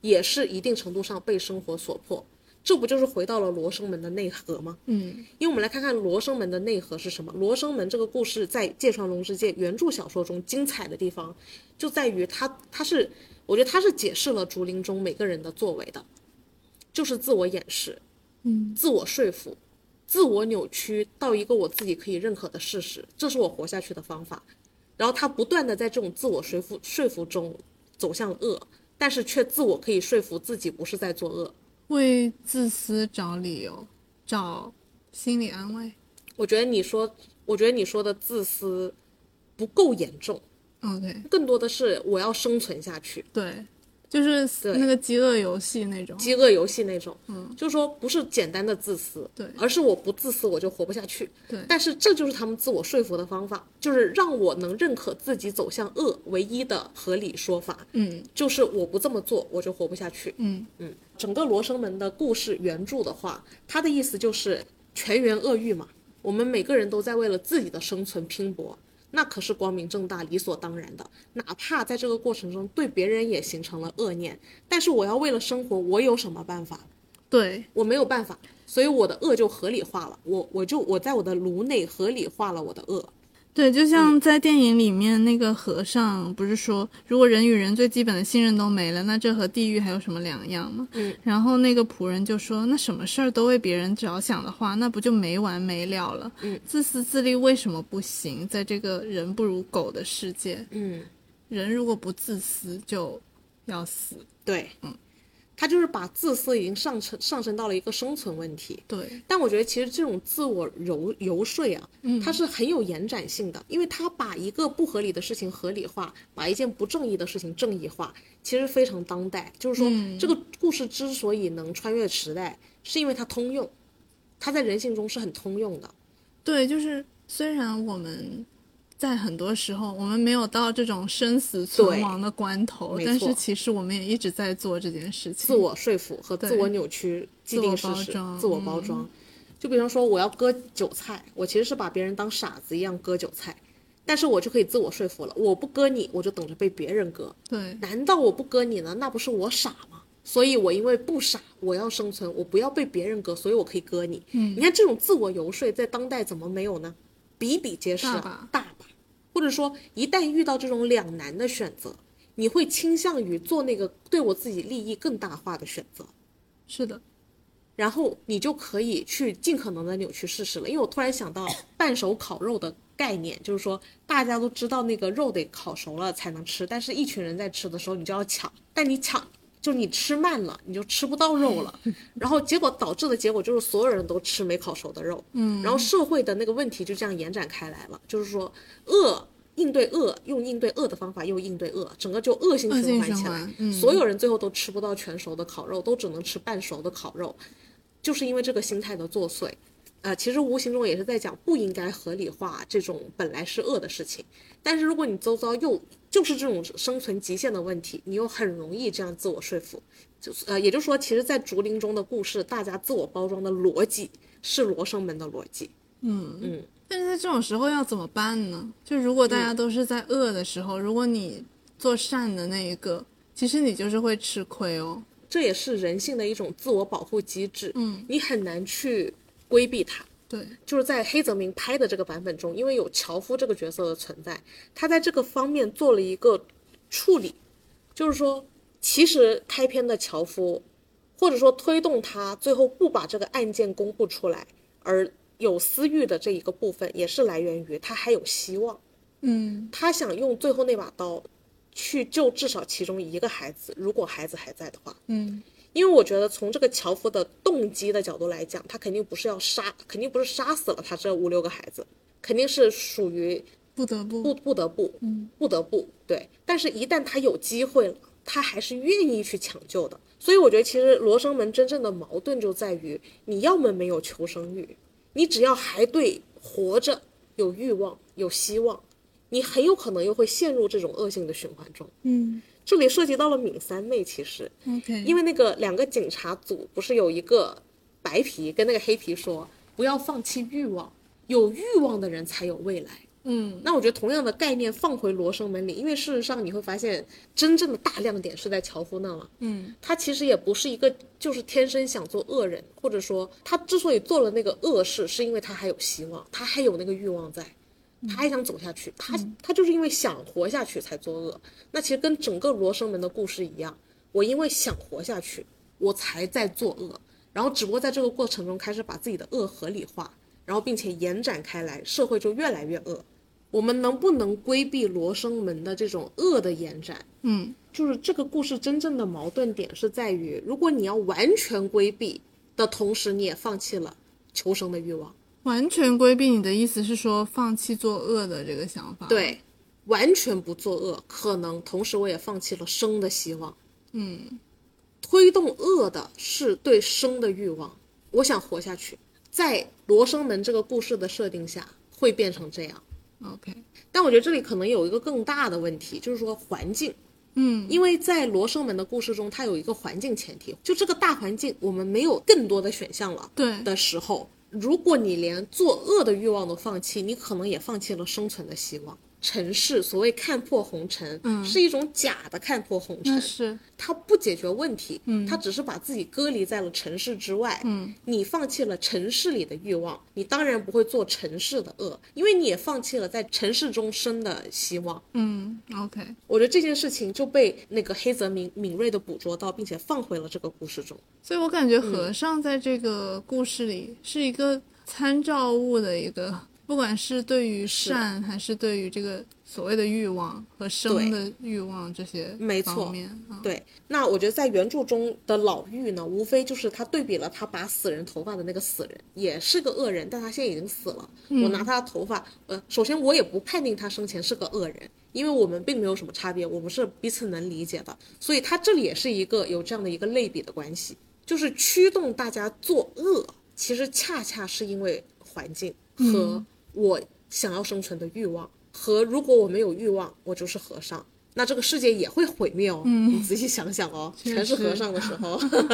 S1: 也是一定程度上被生活所迫。这不就是回到了罗生门的内核吗？
S2: 嗯
S1: 因为我们来看看《罗生门》的内核是什么。《罗生门》这个故事在芥川龙之介原著小说中精彩的地方，就在于它它是，我觉得它是解释了竹林中每个人的作为的，就是自我掩饰、
S2: 嗯
S1: 自我说服、自我扭曲到一个我自己可以认可的事实，这是我活下去的方法。然后他不断的在这种自我说服说服中走向恶，但是却自我可以说服自己不是在作恶，
S2: 为自私找理由，找心理安慰。
S1: 我觉得你说，我觉得你说的自私不够严重，
S2: OK，
S1: 更多的是我要生存下去，
S2: 对，就是
S1: 对
S2: 那个饥饿游戏那种。
S1: 饥饿游戏那种。嗯，就是说不是简单的自私，
S2: 对
S1: 而是我不自私我就活不下去。
S2: 对
S1: 但是这就是他们自我说服的方法，就是让我能认可自己走向恶唯一的合理说法。
S2: 嗯
S1: 就是我不这么做，我就活不下去。
S2: 嗯
S1: 嗯，整个《罗生门》的故事原著的话，它的意思就是全员恶欲嘛，我们每个人都在为了自己的生存拼搏，那可是光明正大、理所当然的。哪怕在这个过程中对别人也形成了恶念，但是我要为了生活，我有什么办法？
S2: 对
S1: 我没有办法，所以我的恶就合理化了，我我就我在我的颅内合理化了我的恶。
S2: 对，就像在电影里面那个和尚不是说，如果人与人最基本的信任都没了，那这和地狱还有什么两样吗？
S1: 嗯，
S2: 然后那个仆人就说，那什么事儿都为别人着想的话，那不就没完没了了？
S1: 嗯，
S2: 自私自利为什么不行？在这个人不如狗的世界，
S1: 嗯。
S2: 人如果不自私就要死。
S1: 对，嗯，他就是把自私已经上升上升到了一个生存问题。
S2: 对
S1: 但我觉得其实这种自我游游说啊，它是很有延展性的，因为它把一个不合理的事情合理化，把一件不正义的事情正义化，其实非常当代。就是说，这个故事之所以能穿越时代，是因为它通用，它在人性中是很通用的。
S2: 对，就是虽然我们在很多时候我们没有到这种生死存
S1: 对
S2: 亡的关头
S1: 没，
S2: 但
S1: 错
S2: 是其实我们也一直在做这件事情。
S1: 自我说服和自
S2: 对
S1: 我扭曲既定事实
S2: 自我包，装
S1: 嗯自我包装。就比方说，我要割韭菜，我其实是把别人当傻子一样割韭菜，但是我就可以自我说服了，我不割你，我就等着被别人割。
S2: 对
S1: 难道我不割你呢？那不是我傻吗？所以，我因为不傻，我要生存，我不要被别人割，所以我可以割你。嗯，你看这种自我游说在当代怎么没有呢？比比皆是、
S2: 大把
S1: 啊，大把。或者说，一旦遇到这种两难的选择，你会倾向于做那个对我自己利益更大化的选择，
S2: 是的，
S1: 然后你就可以去尽可能的扭曲事实了。因为我突然想到半熟烤肉的概念，就是说大家都知道那个肉得烤熟了才能吃，但是一群人在吃的时候，你就要抢，但你抢。就是你吃慢了，你就吃不到肉 了，然后结果导致的结果就是所有人都吃没烤熟的肉，嗯，然后社会的那个问题就这样延展开来了，就是说恶应对恶，用应对恶的方法又应对恶，整个就恶性
S2: 恶性
S1: 循环
S2: 循
S1: 起来
S2: 环，嗯
S1: 所有人最后都吃不到全熟的烤肉，都只能吃半熟的烤肉，就是因为这个心态的作祟。呃，其实无形中也是在讲不应该合理化这种本来是恶的事情，但是如果你周遭又就是这种生存极限的问题，你又很容易这样自我说服，就是呃，也就是说，其实，在竹林中的故事，大家自我包装的逻辑是罗生门的逻辑，
S2: 但是在这种时候要怎么办呢？就如果大
S1: 嗯
S2: 家都是在恶的时候，如果你做善的那一个，其实你就是会吃亏哦。
S1: 这也是人性的一种自我保护机制，嗯，你很难去规避它，
S2: 对
S1: 就是在黑泽明拍的这个版本中，因为有樵夫这个角色的存在，他在这个方面做了一个处理，就是说，其实开篇的樵夫，或者说推动他最后不把这个案件公布出来，而有私欲的这一个部分，也是来源于他还有希望，
S2: 嗯，
S1: 他想用最后那把刀去救至少其中一个孩子，如果孩子还在的话，
S2: 嗯，
S1: 因为我觉得从这个樵夫的动机的角度来讲，他肯定不是要杀，肯定不是杀死了他这五六个孩子，肯定是属于
S2: 不得不
S1: 不不得不，嗯，不得不对。但是，一旦他有机会了，他还是愿意去抢救的。所以，我觉得其实罗生门真正的矛盾就在于，你要么没有求生欲，你只要还对活着有欲望、有希望，你很有可能又会陷入这种恶性的循环中。
S2: 嗯
S1: 这里涉及到了敏三妹，其实，
S2: ，OK，
S1: 因为那个两个警察组不是有一个白皮跟那个黑皮说，不要放弃欲望，有欲望的人才有未来。
S2: 嗯
S1: 那我觉得同样的概念放回《罗生门》里，因为事实上你会发现，真正的大亮点是在樵夫那嘛。
S2: 嗯
S1: 他其实也不是一个就是天生想做恶人，或者说他之所以做了那个恶事，是因为他还有希望，他还有那个欲望在，他还想走下去，他他就是因为想活下去才作恶。那其实跟整个罗生门的故事一样，我因为想活下去，我才在作恶，然后只不过在这个过程中开始把自己的恶合理化，然后并且延展开来，社会就越来越恶。我们能不能规避罗生门的这种恶的延展？
S2: 嗯，
S1: 就是这个故事真正的矛盾点是在于，如果你要完全规避的同时，你也放弃了求生的欲望。
S2: 完全规避你的意思是说放弃作恶的这个想法？，
S1: 对，完全不作恶，可能同时我也放弃了生的希望。
S2: 嗯，
S1: 推动恶的是对生的欲望，我想活下去。在罗生门这个故事的设定下，会变成这样。
S2: OK，
S1: 但我觉得这里可能有一个更大的问题，就是说环境。
S2: 嗯，
S1: 因为在罗生门的故事中，它有一个环境前提，就这个大环境，我们没有更多的选项了
S2: 对，
S1: 的时候，如果你连作恶的欲望都放弃，你可能也放弃了生存的希望。尘世所谓看破红尘，
S2: 嗯
S1: 是一种假的看破红
S2: 那
S1: 尘，
S2: 是
S1: 它不解决问题，
S2: 嗯
S1: 它只是把自己隔离在了尘世之外，
S2: 嗯，
S1: 你放弃了尘世里的欲望，你当然不会做尘世的恶，因为你也放弃了在尘世中生的希望。
S2: 嗯，OK，
S1: 我觉得这件事情就被那个黑泽明敏锐的捕捉到，并且放回了这个故事中。
S2: 所以我感觉
S1: 嗯
S2: 和尚在这个故事里是一个参照物的一个，不管是对于善还是对于这个所谓的欲望和生的欲望这些
S1: 没错
S2: 方面啊，
S1: 对，那我觉得在原著中的老妪呢，无非就是他对比了他拔死人头发的那个死人，也是个恶人，但他现在已经死了。我拿他的头发，呃，首先我也不判定他生前是个恶人，因为我们并没有什么差别，我们是彼此能理解的，所以他这里也是一个有这样的一个类比的关系，就是驱动大家作恶，其实恰恰是因为环境和我想要生存的欲望，和如果我没有欲望，我就是和尚。那这个世界也会毁灭哦，你仔细想想哦，全是
S2: 嗯 确实
S1: 和尚的时候，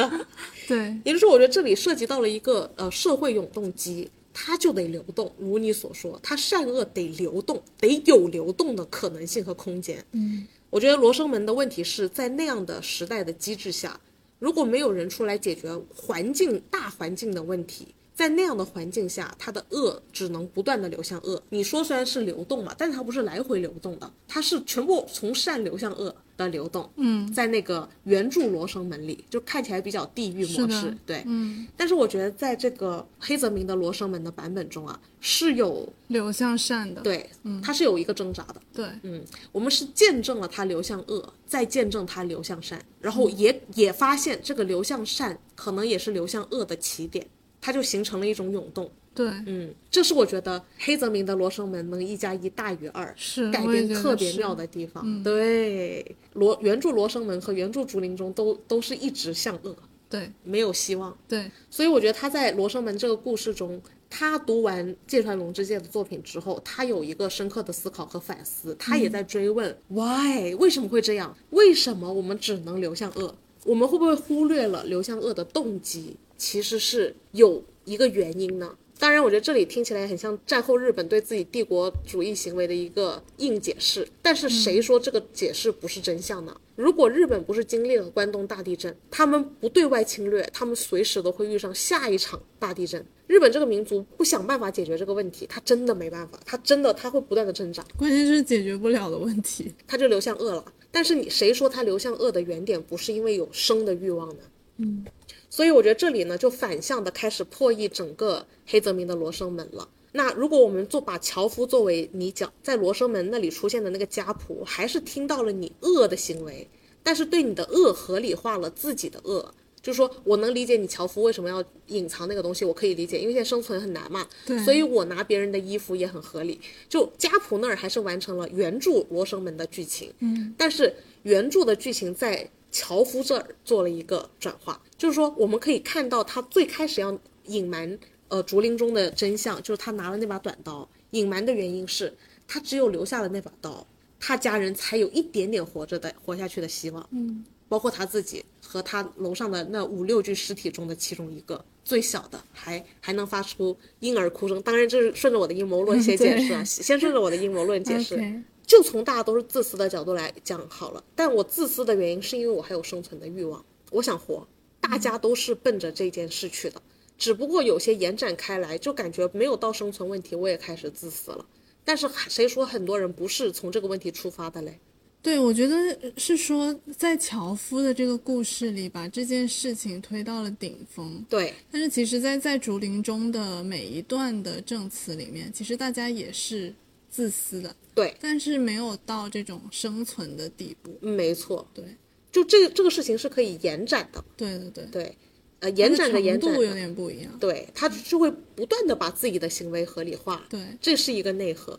S2: 对，
S1: 也就是说，我觉得这里涉及到了一个呃社会永动机，它就得流动。如你所说，它善恶得流动，得有流动的可能性和空间。嗯，我觉得罗生门的问题是在那样的时代的机制下，如果没有人出来解决环境大环境的问题。在那样的环境下，它的恶只能不断的流向恶。你说虽然是流动嘛，但是它不是来回流动的，它是全部从善流向恶的流动。
S2: 嗯，
S1: 在那个原著《罗生门》里，就看起来比较地狱模
S2: 是
S1: 式
S2: 的，
S1: 对，
S2: 嗯，
S1: 但是我觉得在这个黑泽明的《罗生门》的版本中啊，是有
S2: 流向善的，
S1: 对，它是有一个挣扎的。
S2: 对，
S1: 嗯，我们是见证了它流向恶，再见证它流向善，然后也、
S2: 嗯
S1: 也发现这个流向善可能也是流向恶的起点，它就形成了一种涌动。
S2: 对，
S1: 嗯，这是我觉得黑泽明的《罗生门》能一加一大于二，
S2: 是
S1: 改
S2: 嗯我也
S1: 编
S2: 觉得
S1: 特别
S2: 是嗯
S1: 妙的地方。对，罗原著《罗生门》和原著《竹林中都都是一直向恶，
S2: 对
S1: 没有希望。
S2: 对，
S1: 所以我觉得他在《罗生门》这个故事中，他读完芥川龙之介的作品之后，他有一个深刻的思考和反思，他也在追问、why 为什么会这样？为什么我们只能流向恶？我们会不会忽略了流向恶的动机？其实是有一个原因呢。当然，我觉得这里听起来很像战后日本对自己帝国主义行为的一个硬解释，但是谁说这个解释不是真相呢？如果日本不是经历了关东大地震，他们不对外侵略，他们随时都会遇上下一场大地震。日本这个民族不想办法解决这个问题，他真的没办法，他真的他会不断的挣扎。
S2: 关键是解决不了的问题，
S1: 它就流向恶了。但是你谁说它流向恶的原点不是因为有生的欲望呢？嗯，所以我觉得这里呢就反向的开始破译整个黑泽明的《罗生门》了。那如果我们做把樵夫作为你讲，在《罗生门》那里出现的那个家仆，还是听到了你恶的行为，但是对你的恶合理化了自己的恶。就是说我能理解你樵夫为什么要隐藏那个东西，我可以理解，因为现在生存很难嘛。
S2: 对
S1: 所以我拿别人的衣服也很合理。就家谱那儿还是完成了原著《罗生门》的剧情，嗯，但是原著的剧情在樵夫这儿做了一个转化，就是说我们可以看到他最开始要隐瞒呃竹林中的真相，就是他拿了那把短刀，隐瞒的原因是他只有留下了那把刀，他家人才有一点点活着的活下去的希望，嗯，包括他自己和他楼上的那五六具尸体中的其中一个。最小的还还能发出婴儿哭声，当然这是顺着我的阴谋论先解释啊，先顺着我的阴谋论解释。
S2: OK
S1: 就从大家都是自私的角度来讲好了，但我自私的原因是因为我还有生存的欲望，我想活。大家都是奔着这件事去的，只不过有些延展开来，就感觉没有到生存问题，我也开始自私了。但是谁说很多人不是从这个问题出发的嘞？
S2: 对，我觉得是说，在樵夫的这个故事里，把这件事情推到了顶峰。
S1: 对，
S2: 但是其实在，在竹林中的每一段的证词里面，其实大家也是自私的，
S1: 对，
S2: 但是没有到这种生存的地步。
S1: 没错，
S2: 对，
S1: 就这这个事情是可以延展的，
S2: 对对对，
S1: 对，呃，延展的延
S2: 它
S1: 展的
S2: 的程度有点不一样。
S1: 对，他就是会不断的把自己的行为合理化，
S2: 对，
S1: 这是一个内核，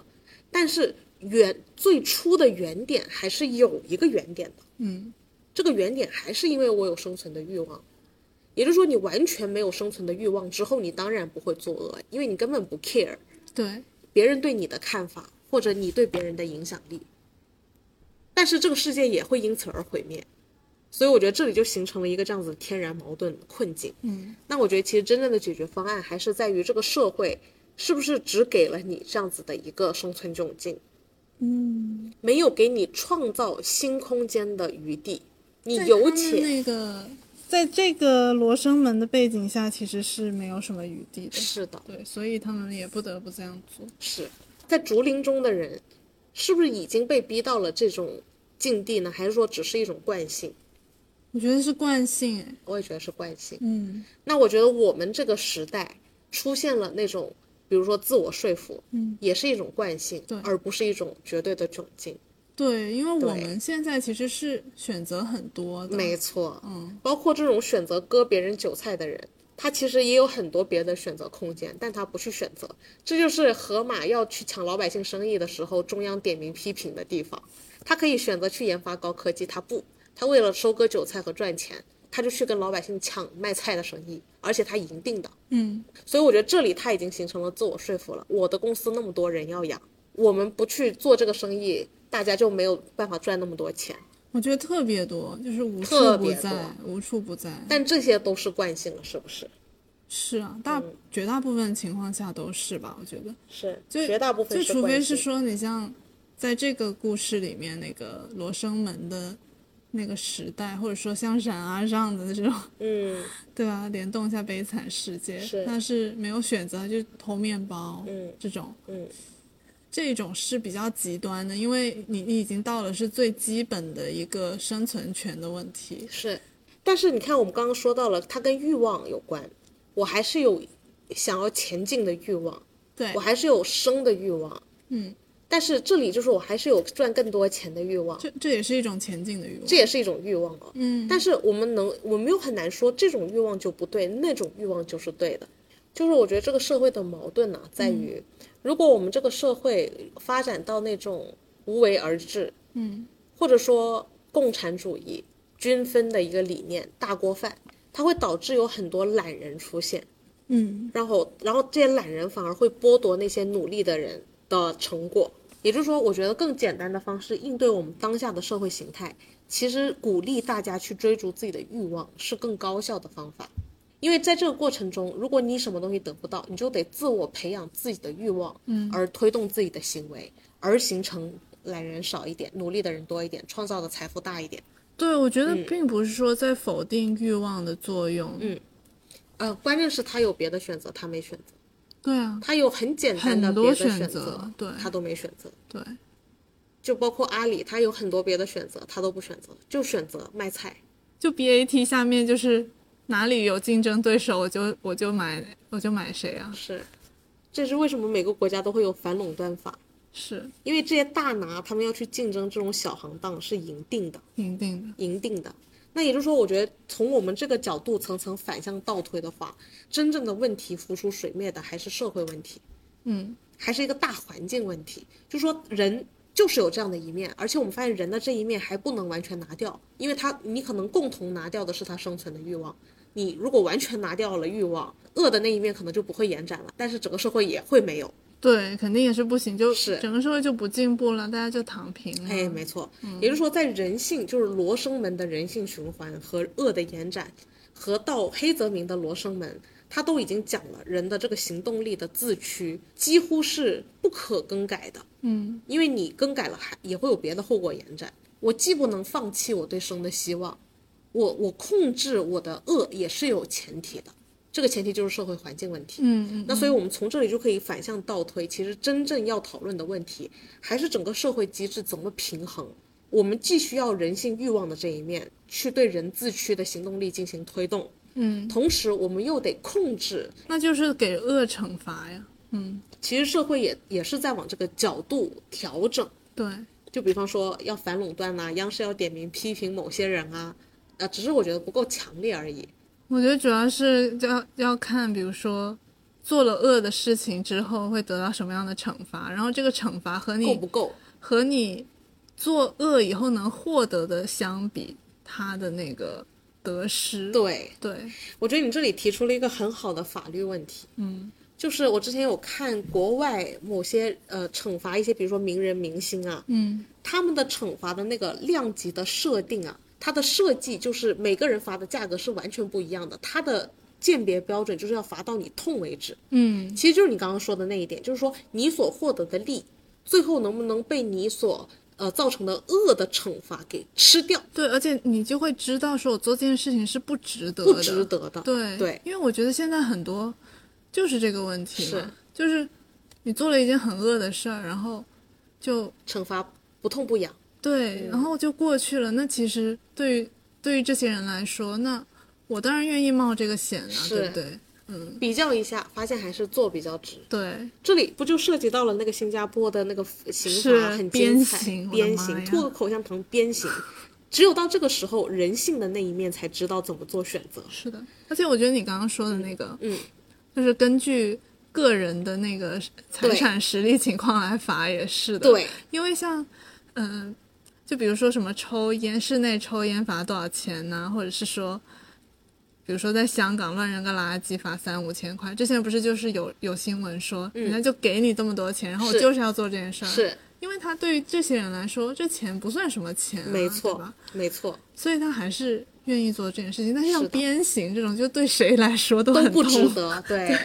S1: 但是原最初的原点还是有一个原点的，
S2: 嗯，
S1: 这个原点还是因为我有生存的欲望，也就是说你完全没有生存的欲望之后，你当然不会作恶，因为你根本不 care
S2: 对，
S1: 别人对你的看法或者你对别人的影响力，但是这个世界也会因此而毁灭，所以我觉得这里就形成了一个这样子的天然矛盾困境。
S2: 嗯，
S1: 那我觉得其实真正的解决方案还是在于这个社会是不是只给了你这样子的一个生存窘境，
S2: 嗯，
S1: 没有给你创造新空间的余地。你
S2: 在
S1: 有
S2: 他们
S1: 且
S2: 那个，在这个罗生门的背景下，其实是没有什么余地的。
S1: 是的，
S2: 对，所以他们也不得不这样做。
S1: 是在竹林中的人，是不是已经被逼到了这种境地呢？还是说只是一种惯性？
S2: 我觉得是惯性，哎，
S1: 我也觉得是惯性。
S2: 嗯
S1: 那我觉得我们这个时代出现了那种，比如说自我说服，
S2: 嗯，
S1: 也是一种惯性，
S2: 对
S1: 而不是一种绝对的窘境。
S2: 对，因为我
S1: 对
S2: 们现在其实是选择很多的，
S1: 没错，
S2: 嗯，
S1: 包括这种选择割别人韭菜的人，他其实也有很多别的选择空间，但他不去选择，这就是河马要去抢老百姓生意的时候，中央点名批评的地方。他可以选择去研发高科技，他不，他为了收割韭菜和赚钱，他就去跟老百姓抢卖菜的生意，而且他赢定的。
S2: 嗯，
S1: 所以我觉得这里他已经形成了自我说服了。我的公司那么多人要养，我们不去做这个生意，大家就没有办法赚那么多钱。
S2: 我觉得特别多，就是无处
S1: 特
S2: 不
S1: 别
S2: 在，无处不在。
S1: 但这些都是惯性了，是不是？
S2: 是啊，大
S1: 嗯
S2: 绝大部分情况下都是吧？我觉得，
S1: 是，
S2: 就
S1: 绝大部分
S2: 就是除非
S1: 惯性
S2: 是说你像在这个故事里面那个罗生门的那个时代，或者说像冉阿让的这种，
S1: 嗯
S2: 对吧？联动一下悲惨世界，
S1: 是
S2: 那是没有选择，就偷面包，
S1: 嗯
S2: 这种
S1: 嗯，
S2: 这种是比较极端的，因为你你已经到了是最基本的一个生存权的问题。
S1: 是。但是你看，我们刚刚说到了，它跟欲望有关，我还是有想要前进的欲望，
S2: 对
S1: 我，还是有生的欲望，
S2: 嗯，
S1: 但是这里就是我还是有赚更多钱的欲望，
S2: 这这也是一种前进的欲望。
S1: 这也是一种欲望哦。
S2: 嗯，
S1: 但是我们能，我们又很难说这种欲望就不对，那种欲望就是对的。就是我觉得这个社会的矛盾呢、啊在
S2: 嗯
S1: 于，如果我们这个社会发展到那种无为而治，
S2: 嗯，
S1: 或者说共产主义均分的一个理念大锅饭，它会导致有很多懒人出现，
S2: 嗯，
S1: 然后然后这些懒人反而会剥夺那些努力的人的成果。也就是说，我觉得更简单的方式应对我们当下的社会形态，其实鼓励大家去追逐自己的欲望是更高效的方法。因为在这个过程中，如果你什么东西得不到，你就得自我培养自己的欲望，嗯，而推动自己的行为，而形成懒人少一点，努力的人多一点，创造的财富大一点。
S2: 对，我觉得并不是说在否定欲望的作用。嗯，
S1: 呃，关键是他有别的选择，他没选择，
S2: 对啊，
S1: 他有很简单的
S2: 很
S1: 别
S2: 多
S1: 的
S2: 选
S1: 选
S2: 择对
S1: 他都没选择。
S2: 对，
S1: 就包括阿里，他有很多别的选择，他都不选择，就选择卖菜。
S2: 就 BAT 下面就是哪里有竞争对手，我就我就买我就买谁啊？
S1: 是，这是为什么每个国家都会有反垄断法，
S2: 是
S1: 因为这些大拿他们要去竞争这种小行当是赢定的，
S2: 一定的。
S1: 赢定的。那也就是说，我觉得从我们这个角度层层反向倒推的话，真正的问题浮出水面的还是社会问题，
S2: 嗯，
S1: 还是一个大环境问题。就说人就是有这样的一面，而且我们发现人的这一面还不能完全拿掉，因为他你可能共同拿掉的是他生存的欲望。你如果完全拿掉了欲望，恶的那一面可能就不会延展了，但是整个社会也会没有。
S2: 对，肯定也是不行，就是整个社会就不进步了，大家就躺平了。
S1: 哎，没错，也就是说，在人性就是罗生门的人性循环和恶的延展，和到黑泽明的罗生门，他都已经讲了人的这个行动力的自驱几乎是不可更改的，
S2: 嗯，
S1: 因为你更改了还也会有别的后果延展。我既不能放弃我对生的希望，我我控制我的恶也是有前提的，这个前提就是社会环境问题。
S2: 嗯嗯，
S1: 那所以我们从这里就可以反向倒推，其实真正要讨论的问题还是整个社会机制怎么平衡。我们既需要人性欲望的这一面，去对人自驱的行动力进行推动，
S2: 嗯，
S1: 同时我们又得控制
S2: 那就是给恶惩罚呀。嗯，
S1: 其实社会也也是在往这个角度调整。
S2: 对，
S1: 就比方说要反垄断呐、央视要点名批评某些人啊，呃，只是我觉得不够强烈而已。
S2: 我觉得主要是要要看，比如说做了恶的事情之后会得到什么样的惩罚，然后这个惩罚和
S1: 够
S2: 你
S1: 不够？
S2: 和你做恶以后能获得的相比，它的那个得失，
S1: 对，
S2: 对，
S1: 我觉得你这里提出了一个很好的法律问题，
S2: 嗯
S1: 就是我之前有看国外某些呃惩罚一些，比如说名人明星啊，
S2: 嗯，
S1: 他们的惩罚的那个量级的设定啊，它的设计就是每个人罚的价格是完全不一样的，它的鉴别标准就是要罚到你痛为止。
S2: 嗯，
S1: 其实就是你刚刚说的那一点，就是说你所获得的利，最后能不能被你所呃造成的恶的惩罚给吃掉，
S2: 对，而且你就会知道，说我做这件事情是不值得的，
S1: 不值得的。
S2: 对
S1: 对
S2: 因为我觉得现在很多就是这个问题嘛，
S1: 是
S2: 就是你做了一件很恶的事儿，然后就
S1: 惩罚不痛不痒。
S2: 对，
S1: 嗯
S2: 然后就过去了。那其实对于对于这些人来说，那我当然愿意冒这个险啊，
S1: 是
S2: 对不对？嗯，
S1: 比较一下，发现还是做比较值。
S2: 对，
S1: 这里不就涉及到了那个新加坡的那个刑
S2: 是
S1: 罚很
S2: 鞭
S1: 精彩
S2: 刑，我的
S1: 鞭
S2: 妈
S1: 刑，
S2: 呀
S1: 吐个口香糖，鞭刑。只有到这个时候，人性的那一面才知道怎么做选择。
S2: 是的。而且我觉得你刚刚说的那个，
S1: 嗯，
S2: 就是根据个人的那个财
S1: 对
S2: 产实力情况来罚也是的，
S1: 对，
S2: 因为像，嗯、就比如说什么抽烟，室内抽烟罚多少钱呐、或者是说，比如说在香港乱扔个垃圾罚三五千块，之前不是就是有有新闻说，人家就给你这么多钱，然后我
S1: 嗯是
S2: 就是要做这件事儿，
S1: 是
S2: 因为他对于这些人来说，这钱不算什么钱、啊，
S1: 没
S2: 对
S1: 错
S2: 吧？，
S1: 没错，
S2: 所以他还是愿意做这件事情。但是像
S1: 是的
S2: 鞭刑这种，就对谁来说都
S1: 都
S2: 很
S1: 不值
S2: 痛嗯
S1: 得。 对，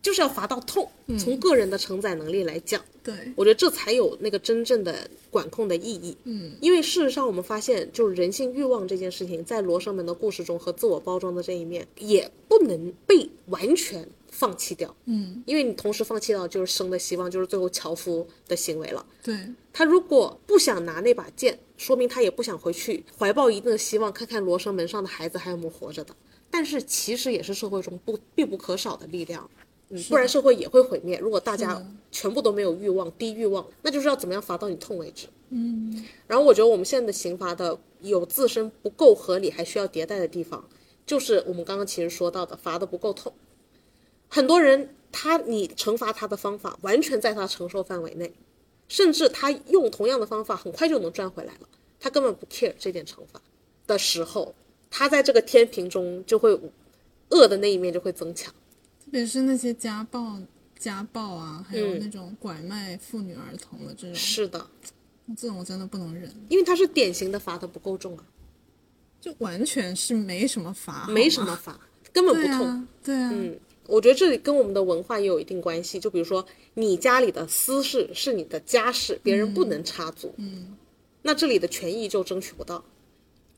S1: 就是要罚到痛。从个人的承载能力来讲，
S2: 对，
S1: 我觉得这才有那个真正的管控的意义。
S2: 嗯，
S1: 因为事实上我们发现，就是人性欲望这件事情，在罗生门的故事中和自我包装的这一面，也不能被完全放弃掉。
S2: 嗯，
S1: 因为你同时放弃掉就是生的希望，就是最后樵夫的行为了。
S2: 对，
S1: 他如果不想拿那把剑，说明他也不想回去，怀抱一定的希望，看看罗生门上的孩子还有没有活着的。但是其实也是社会中不必不可少的力量，嗯，不然社会也会毁灭。如果大家全部都没有欲望，低欲望，那就是要怎么样罚到你痛为止。
S2: 嗯，
S1: 然后我觉得我们现在的刑罚的有自身不够合理，还需要迭代的地方，就是我们刚刚其实说到的罚的不够痛。很多人他你惩罚他的方法完全在他承受范围内，甚至他用同样的方法很快就能赚回来了，他根本不 care 这点惩罚的时候，他在这个天平中就会恶的那一面就会增强。
S2: 特别是那些家暴、家暴啊，还有
S1: 嗯
S2: 那种拐卖妇女儿童的这种，
S1: 是的，
S2: 这种我真的不能忍，
S1: 因为他是典型的罚的不够重啊，
S2: 就完全是没什么法，
S1: 没什么罚，根本不
S2: 好吗对
S1: 痛。
S2: 啊，对啊，
S1: 嗯，我觉得这里跟我们的文化也有一定关系。就比如说，你家里的私事是你的家事，别人不能插足。嗯，那这里的权益就争取不到。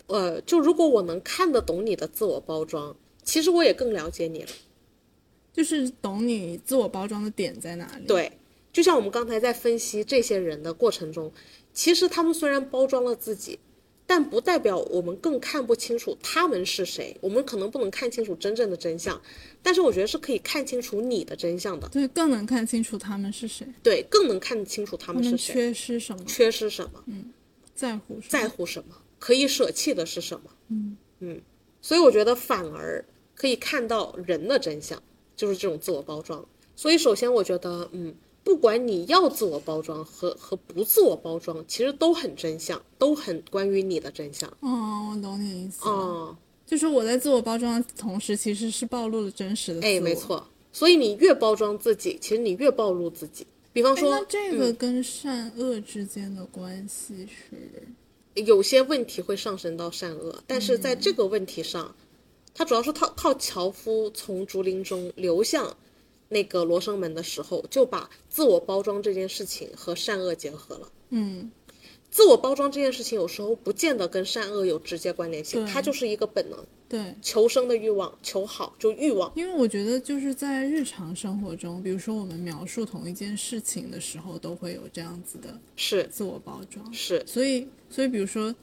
S1: 呃，就如果我能看得懂你的自我包装，其实我也更了解你了。
S2: 就是懂你自我包装的点在哪里，，
S1: 对，就像我们刚才在分析这些人的过程中，其实他们虽然包装了自己，但不代表我们更看不清楚他们是谁。我们可能不能看清楚真正的真相，但是我觉得是可以看清楚你的真相的。
S2: 对，更能看清楚他们是谁，
S1: 对，更能看清楚他
S2: 他
S1: 们
S2: 们
S1: 是谁，
S2: 缺失什么，
S1: 缺失什么，
S2: 嗯在乎什
S1: 在
S2: 么，
S1: 乎什么，可以舍弃的是什么。
S2: 嗯
S1: 所以我觉得反而可以看到人的真相，就是这种自我包装。所以首先我觉得，嗯，不管你要自我包装和和不自我包装，其实都很真相，都很关于你的真相。
S2: 哦，我懂你意思了，
S1: 哦，
S2: 就是我在自我包装的同时，其实是暴露了真实的自我，
S1: 哎，没，错。所以你越包装自己，其实你越暴露自己。比方
S2: 哎，
S1: 说嗯
S2: 那，这个跟善恶之间的关系是？
S1: 有些问题会上升到善恶，但是在这个问题上，它主要是靠靠樵夫从竹林中流向那个罗生门的时候，就把自我包装这件事情和善恶结合了。
S2: 嗯，
S1: 自我包装这件事情有时候不见得跟善恶有直接关联性，
S2: 对
S1: 它就是一个本能，
S2: 对，
S1: 求生的欲望，求好就欲望。
S2: 因为我觉得就是在日常生活中，比如说我们描述同一件事情的时候，都会有这样子的
S1: 是
S2: 自我包装。
S1: 是，
S2: 所以，所以比如说，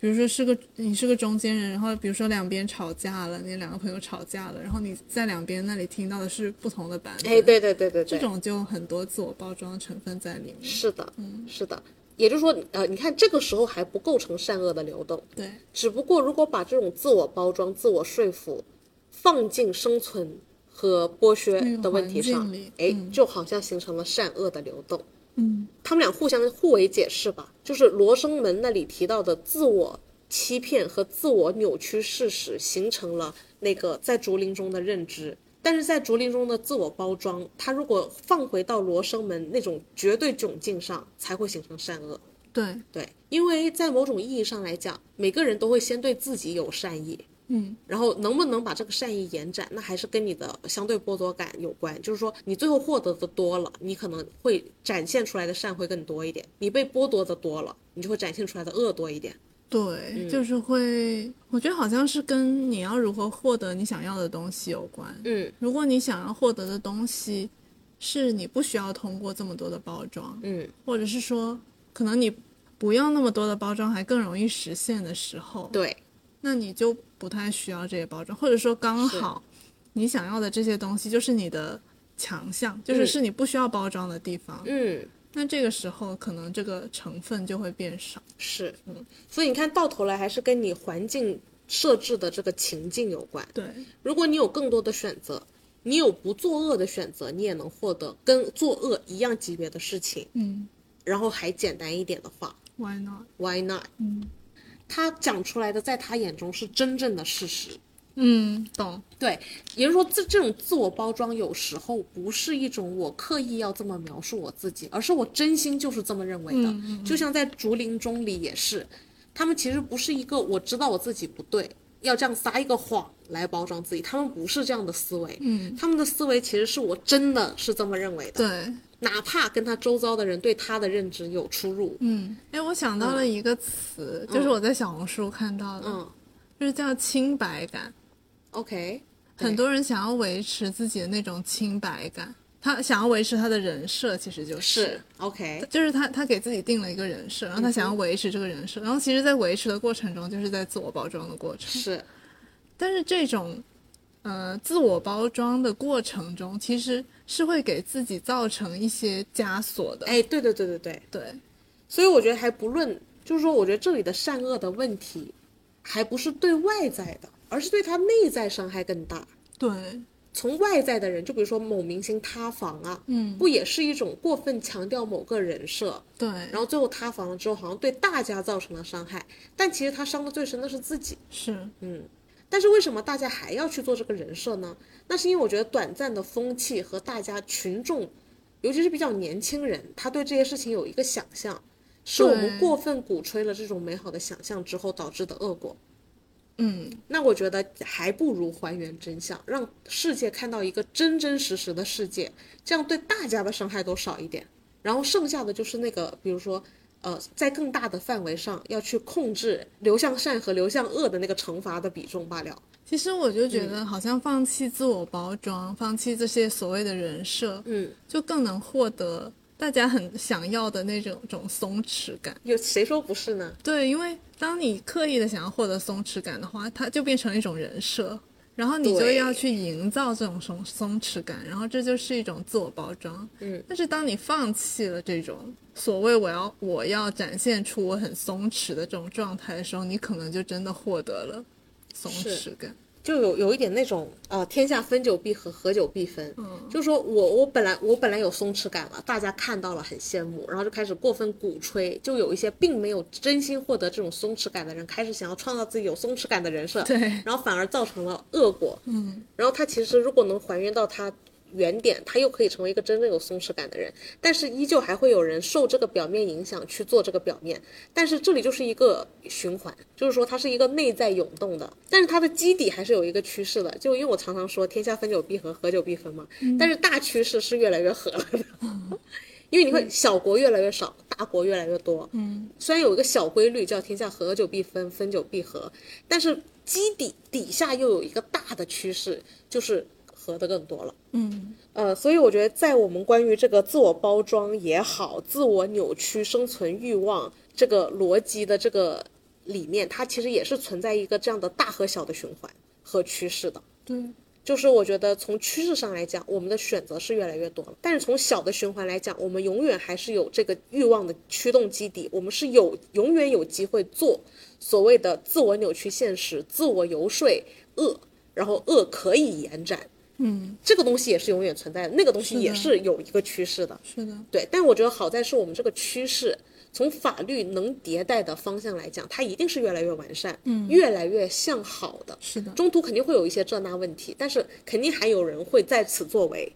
S2: 比如说是个你是个中间人，然后比如说两边吵架了，你两个朋友吵架了，然后你在两边那里听到的是不同的版本，
S1: 哎，对对对对对，
S2: 这种就很多自我包装成分在里面。
S1: 是的，
S2: 嗯
S1: 是的。也就是说，呃，你看这个时候还不构成善恶的流动，
S2: 对，
S1: 只不过如果把这种自我包装、自我说服放进生存和剥削的问题
S2: 那个
S1: 上
S2: 嗯环境里，
S1: 哎、就好像形成了善恶的流动。
S2: 嗯，
S1: 他们俩互相互为解释吧，就是罗生门那里提到的自我欺骗和自我扭曲事实，形成了那个在竹林中的认知。但是在竹林中的自我包装，它如果放回到罗生门那种绝对窘境上，才会形成善恶。
S2: 对，
S1: 对，因为在某种意义上来讲，每个人都会先对自己有善意，
S2: 嗯，
S1: 然后能不能把这个善意延展，那还是跟你的相对剥夺感有关。就是说，你最后获得的多了，你可能会展现出来的善会更多一点；你被剥夺的多了，你就会展现出来的恶多一点。嗯
S2: 对，就是会，我觉得好像是跟你要如何获得你想要的东西有关。
S1: 嗯
S2: 如果你想要获得的东西是你不需要通过这么多的包装，
S1: 嗯，
S2: 或者是说可能你不用那么多的包装还更容易实现的时候，
S1: 对，
S2: 那你就不太需要这些包装，或者说刚好你想要的这些东西就是你的强项，就是
S1: 嗯
S2: 是你不需要包装的地方。
S1: 嗯。
S2: 那这个时候可能这个成分就会变少。
S1: 是，所以你看到头来还是跟你环境设置的这个情境有关。
S2: 对，
S1: 如果你有更多的选择，你有不作恶的选择，你也能获得跟作恶一样级别的事情，
S2: 嗯
S1: 然后还简单一点的话
S2: ，Why not？
S1: ，Why not？
S2: 嗯
S1: 他讲出来的，在他眼中是真正的事实。
S2: 嗯，懂。
S1: 对，也就是说，这这种自我包装有时候不是一种我刻意要这么描述我自己，而是我真心就是这么认为的。
S2: 嗯
S1: 就像在竹林中里也是，他们其实不是一个我知道我自己不对，要这样撒一个谎来包装自己，他们不是这样的思维。
S2: 嗯，
S1: 他们的思维其实是我真的是这么认为的，
S2: 对，
S1: 哪怕跟他周遭的人对他的认知有出入。
S2: 嗯，哎，我想到了一个词，就是我在小红书看到的，
S1: 嗯
S2: 就是叫清白感。
S1: ，OK，对
S2: 很多人想要维持自己的那种清白感，他想要维持他的人设，其实就是嗯
S1: OK，
S2: 就是他他给自己定了一个人设，然后他想要维持这个人设，然后其实，在维持的过程中，就是在自我包装的过程。
S1: 是，
S2: 但是这种，呃，自我包装的过程中，其实是会给自己造成一些枷锁的。
S1: 哎，对对对对对。
S2: 对，
S1: 所以我觉得还不论，就是说，我觉得这里的善恶的问题，还不是对外在的，而是对他内在伤害更大。
S2: 对，
S1: 从外在的人，就比如说某明星塌房啊，
S2: 嗯，
S1: 不也是一种过分强调某个人设，
S2: 对，
S1: 然后最后塌房了之后，好像对大家造成了伤害，但其实他伤的最深的是自己。
S2: 是，
S1: 但是为什么大家还要去做这个人设呢？那是因为我觉得短暂的风气和大家群众，尤其是比较年轻人，他对这些事情有一个想象，是我们
S2: 对
S1: 过分鼓吹了这种美好的想象之后导致的恶果。
S2: 嗯，
S1: 那我觉得还不如还原真相，让世界看到一个真真实实的世界，这样对大家的伤害都少一点。然后剩下的就是那个，比如说，呃，在更大的范围上要去控制流向善和流向恶的那个惩罚的比重罢了。
S2: 其实我就
S1: 嗯
S2: 觉得，好像放弃自我包装，放弃这些所谓的人设，
S1: 嗯，
S2: 就更能获得大家很想要的那种种松弛感。
S1: 有谁说不是呢？
S2: 对，因为当你刻意的想要获得松弛感的话，它就变成了一种人设，然后你就
S1: 对
S2: 要去营造这种松松弛感，然后这就是一种自我包装。
S1: 嗯，
S2: 但是当你放弃了这种所谓我要我要展现出我很松弛的这种状态的时候，你可能就真的获得了松
S1: 是
S2: 弛感。
S1: 就有有一点那种呃，天下分久必合，合久必分。嗯，就是说我我本来我本来有松弛感了，大家看到了很羡慕，然后就开始过分鼓吹，就有一些并没有真心获得这种松弛感的人，开始想要创造自己有松弛感的人设，
S2: 对
S1: 然后反而造成了恶果。嗯，然后他其实如果能还原到他原点，他又可以成为一个真正有松弛感的人，但是依旧还会有人受这个表面影响去做这个表面。但是这里就是一个循环，就是说它是一个内在涌动的，但是它的基底还是有一个趋势的。就因为我常常说天下分久必合，合久必分嘛，但是大趋势是越来越合了的。因为你会小国越来越少，大国越来越多。嗯，虽然有一个小规律叫天下合久必分，分久必合，但是基底底下又有一个大的趋势，就是合的更多了。
S2: 嗯，
S1: 呃，所以我觉得，在我们关于这个自我包装也好，自我扭曲、生存欲望这个逻辑的这个里面，它其实也是存在一个这样的大和小的循环和趋势的。
S2: 对，
S1: 就是我觉得从趋势上来讲，我们的选择是越来越多了，但是从小的循环来讲，我们永远还是有这个欲望的驱动基底，我们是有永远有机会做所谓的自我扭曲现实、自我游说恶，然后恶可以延展，
S2: 嗯，
S1: 这个东西也是永远存在的，那个东西
S2: 是的
S1: 也是有一个趋势的。
S2: 是的，
S1: 对，但我觉得好在是我们这个趋势，从法律能迭代的方向来讲，它一定是越来越完善，嗯，越来越向好的。
S2: 是的，
S1: 中途肯定会有一些这那问题，但是肯定还有人会在此作为。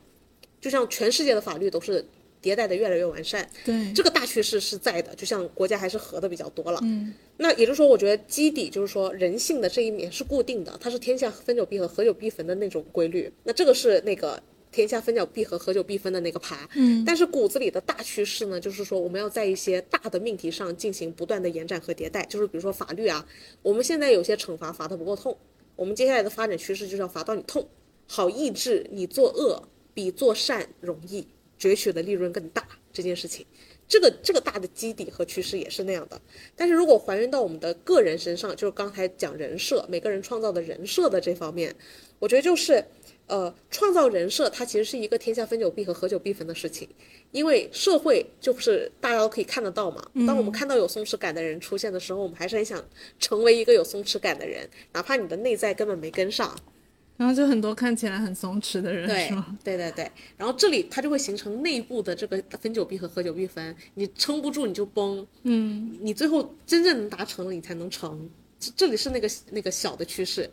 S1: 就像全世界的法律都是迭代的越来越完善，
S2: 对，
S1: 这个大趋势是在的。就像国家还是和的比较多了，
S2: 嗯，
S1: 那也就是说，我觉得基底就是说人性的这一面是固定的，它是天下分久必合，合久必分的那种规律。那这个是那个天下分久必合，合久必分的那个爬。
S2: 嗯
S1: 但是骨子里的大趋势呢，就是说我们要在一些大的命题上进行不断的延展和迭代。就是比如说法律啊，我们现在有些惩罚罚的不够痛，我们接下来的发展趋势就是要罚到你痛，好抑制你作恶比做善容易，攫取的利润更大这件事情。这个这个大的基底和趋势也是那样的，但是如果还原到我们的个人身上，就是刚才讲人设，每个人创造的人设的这方面，我觉得就是，呃，创造人设它其实是一个天下分久必合，合久必分的事情，因为社会就是大家都可以看得到嘛。当我们看到有松弛感的人出现的时候，我们还是很想成为一个有松弛感的人，哪怕你的内在根本没跟上，
S2: 然后就很多看起来很松弛的人，是吗？
S1: 对对对，然后这里它就会形成内部的这个分久必合，合久必分。你撑不住你就崩，
S2: 嗯，
S1: 你最后真正能达成了，你才能成。这这里是那个那个小的趋势，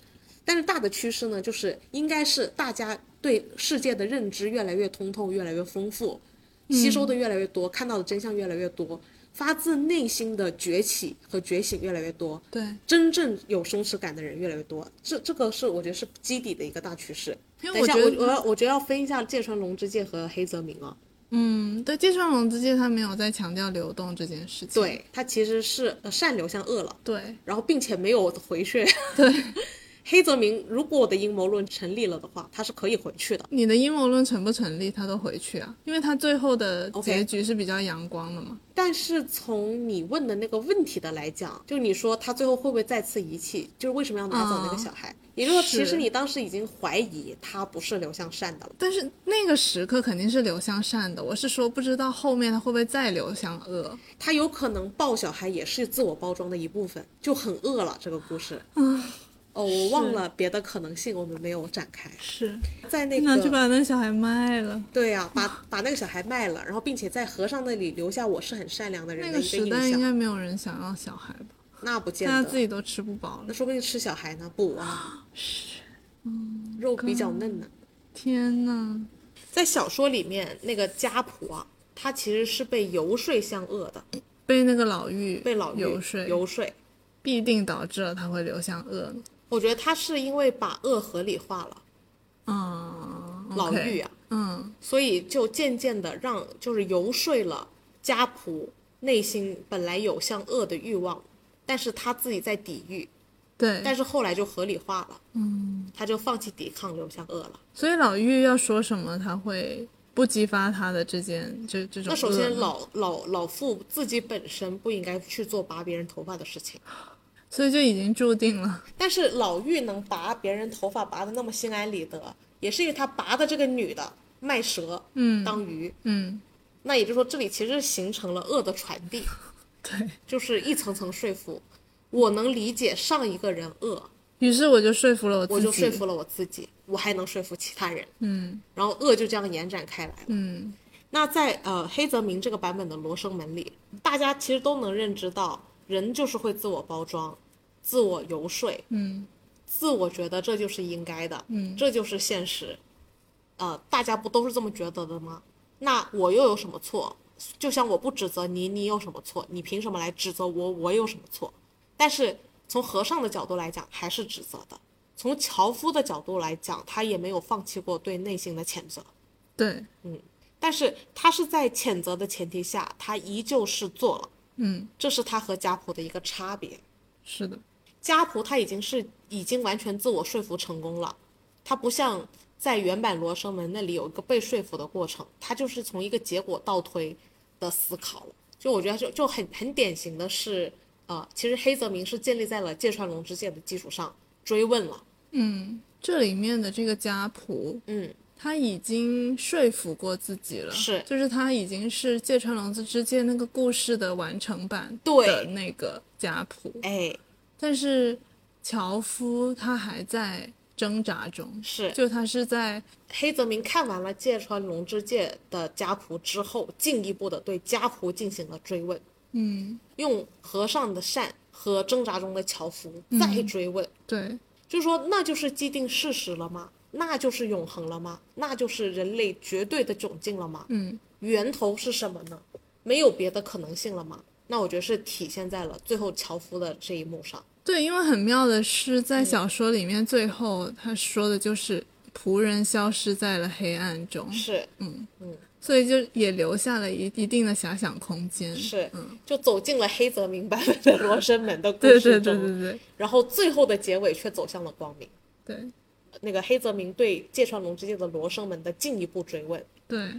S1: 但是大的趋势呢，就是应该是大家对世界的认知越来越通透，越来越丰富，
S2: 嗯
S1: 吸收的越来越多，看到的真相越来越多，发自内心的崛起和觉醒越来越多。
S2: 对，
S1: 真正有松弛感的人越来越多，这这个是我觉得是基底的一个大趋势。
S2: 因
S1: 等
S2: 为
S1: 一
S2: 我
S1: 下，
S2: 觉
S1: 我
S2: 得
S1: 我要我觉得要分一下芥川龙之介和黑泽明啊。
S2: 嗯，对，芥川龙之介他没有在强调流动这件事情，
S1: 对，他其实是呃善流向恶了，
S2: 对
S1: 然后并且没有回去。
S2: 对，
S1: 黑泽明，如果我的阴谋论成立了的话，他是可以回去的。
S2: 你的阴谋论成不成立，他都回去啊，因为他最后的
S1: OK
S2: 结局是比较阳光的嘛。
S1: 但是从你问的那个问题的来讲，就你说他最后会不会再次遗弃，就是为什么要拿走那个
S2: 嗯
S1: 小孩？也就是说，其实
S2: 是
S1: 你当时已经怀疑他不是流向善的了。
S2: 但是那个时刻肯定是流向善的，我是说不知道后面他会不会再流向恶。
S1: 他有可能抱小孩也是自我包装的一部分，就很饿了这个故事。嗯，
S2: 啊
S1: 哦，我忘了别的可能性，我们没有展开。
S2: 是，
S1: 在那
S2: 那就
S1: 个
S2: 把那小孩卖了。
S1: 对呀、把把那个小孩卖了，然后并且在和尚那里留下我是很善良的人
S2: 那
S1: 的
S2: 个
S1: 一个
S2: 时
S1: 印
S2: 代应
S1: 象，
S2: 该没有人想要小孩吧？
S1: 那不见
S2: 大家自
S1: 得。
S2: 己都吃不饱
S1: 那
S2: 了。
S1: 说不定吃小孩呢，补 啊，
S2: 嗯
S1: 肉比较嫩呢。
S2: 天呐，
S1: 在小说里面，那个家谱啊，他其实是被游说向恶的，
S2: 被那个老妪
S1: 被老妪
S2: 游说，
S1: 游说。
S2: 必定导致了他会流向恶呢。
S1: 我觉得他是因为把恶合理化了，
S2: 嗯，
S1: 老
S2: OK
S1: 妪啊，
S2: 嗯，
S1: 所以就渐渐的让就是游说了家仆内心本来有向恶的欲望，但是他自己在抵御，但
S2: 对，
S1: 是后来就合理化了，嗯，他就放弃抵抗，流向恶了。
S2: 所以老妪要说什么，他会不激发他的这件这这种恶呢。
S1: 那首先老老老妇自己本身不应该去做拔别人头发的事情，
S2: 所以就已经注定了。
S1: 但是老妪能拔别人头发拔的那么心安理得，也是因为他拔的这个女的卖蛇，嗯，当鱼，
S2: 嗯，
S1: 那也就是说这里其实形成了恶的传递。
S2: 对
S1: 就是一层层说服。我能理解上一个人恶，
S2: 于是我就说服了我自己。
S1: 我就说服了我自己，我还能说服其他人，
S2: 嗯
S1: 然后恶就这样延展开来了。
S2: 嗯，
S1: 那在呃黑泽明这个版本的《罗生门》里，大家其实都能认知到，人就是会自我包装、自我游说，
S2: 嗯，
S1: 自我觉得这就是应该的，嗯，这就是现实，呃，大家不都是这么觉得的吗？那我又有什么错？就像我不指责你，你有什么错？你凭什么来指责我？我有什么错？但是从和尚的角度来讲，还是指责的；从樵夫的角度来讲，他也没有放弃过对内心的谴责。
S2: 对，
S1: 但是他是在谴责的前提下，他依旧是做了，
S2: 嗯，
S1: 这是他和家仆的一个差别。
S2: 是的，
S1: 家仆他已经是已经完全自我说服成功了，他不像在原版《罗生门》那里有一个被说服的过程，他就是从一个结果倒推的思考。就我觉得就就很很典型的是，呃，呃，其实黑泽明是建立在了芥川龙之介的基础上追问了。
S2: 嗯，这里面的这个家谱，
S1: 嗯，
S2: 他已经说服过自己了，
S1: 是
S2: 就是他已经是芥川龙之之介那个故事的完成版
S1: 对
S2: 的那个家谱，
S1: 哎，
S2: 但是樵夫他还在挣扎中，
S1: 是
S2: 就他是在
S1: 黑泽明看完了芥川龙之介的家谱之后，进一步的对家谱进行了追问，
S2: 嗯，
S1: 用和尚的善和挣扎中的樵夫
S2: 嗯
S1: 再追问，
S2: 对，
S1: 就说那就是既定事实了吗？那就是永恒了吗？那就是人类绝对的窘境了吗？
S2: 嗯，
S1: 源头是什么呢？没有别的可能性了吗？那我觉得是体现在了最后樵夫的这一幕上。
S2: 对，因为很妙的是，
S1: 嗯
S2: 在小说里面最后他说的就是仆人消失在了黑暗中，
S1: 是
S2: 嗯所以就也留下了一一定的遐想空间，
S1: 是
S2: 嗯，，
S1: 就走进了黑泽明版本的《罗生门》的故
S2: 对对
S1: 事
S2: 对
S1: 中，
S2: 对对
S1: 然后最后的结尾却走向了光明。
S2: 对
S1: 那个黑泽明对芥川龙之介的《罗生门》的进一步追问，
S2: 对，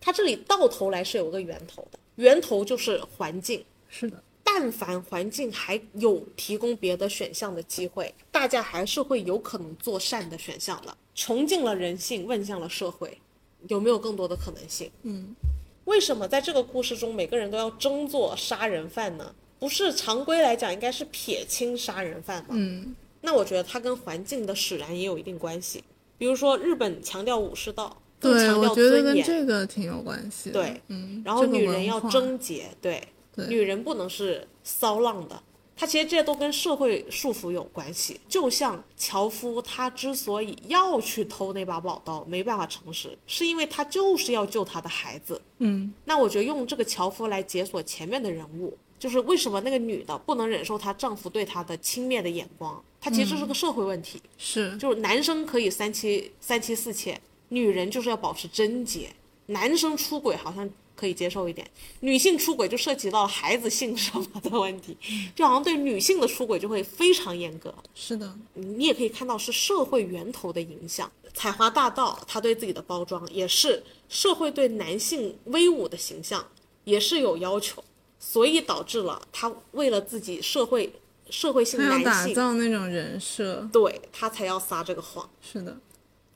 S1: 他这里到头来是有个源头的，源头就是环境。
S2: 是的，
S1: 但凡环境还有提供别的选项的机会，大家还是会有可能做善的选项的。穷尽了人性，问向了社会，有没有更多的可能性？
S2: 嗯，
S1: 为什么在这个故事中每个人都要争做杀人犯呢？不是常规来讲应该是撇清杀人犯吗？
S2: 嗯
S1: 那我觉得它跟环境的使然也有一定关系。比如说，日本强调武士道，更
S2: 对，
S1: 强
S2: 我
S1: 调
S2: 觉得
S1: 尊
S2: 跟
S1: 严，
S2: 这个挺有关系的，
S1: 对
S2: 嗯，
S1: 然后
S2: 这个
S1: 女人
S2: 文
S1: 要
S2: 化，
S1: 贞洁，对，
S2: 对
S1: 女人不能是骚浪的。它其实这些都跟社会束缚有关系。就像樵夫，他之所以要去偷那把宝刀，没办法诚实，是因为他就是要救他的孩子。
S2: 嗯，
S1: 那我觉得用这个樵夫来解锁前面的人物，就是为什么那个女的不能忍受她丈夫对她的轻蔑的眼光，她其实这是
S2: 嗯
S1: 个社会问题。
S2: 是，
S1: 就是男生可以三妻三妻四妾，女人就是要保持贞洁。男生出轨好像可以接受一点，女性出轨就涉及到孩子性什么的问题，
S2: 嗯
S1: 就好像对女性的出轨就会非常严格。
S2: 是的，
S1: 你也可以看到是社会源头的影响。采花大盗他对自己的包装也是社会对男性威武的形象也是有要求，所以导致了他为了自己社会社会性
S2: 他要
S1: 男
S2: 打
S1: 性，
S2: 造那种人设，
S1: 对他才要撒这个谎。
S2: 是的，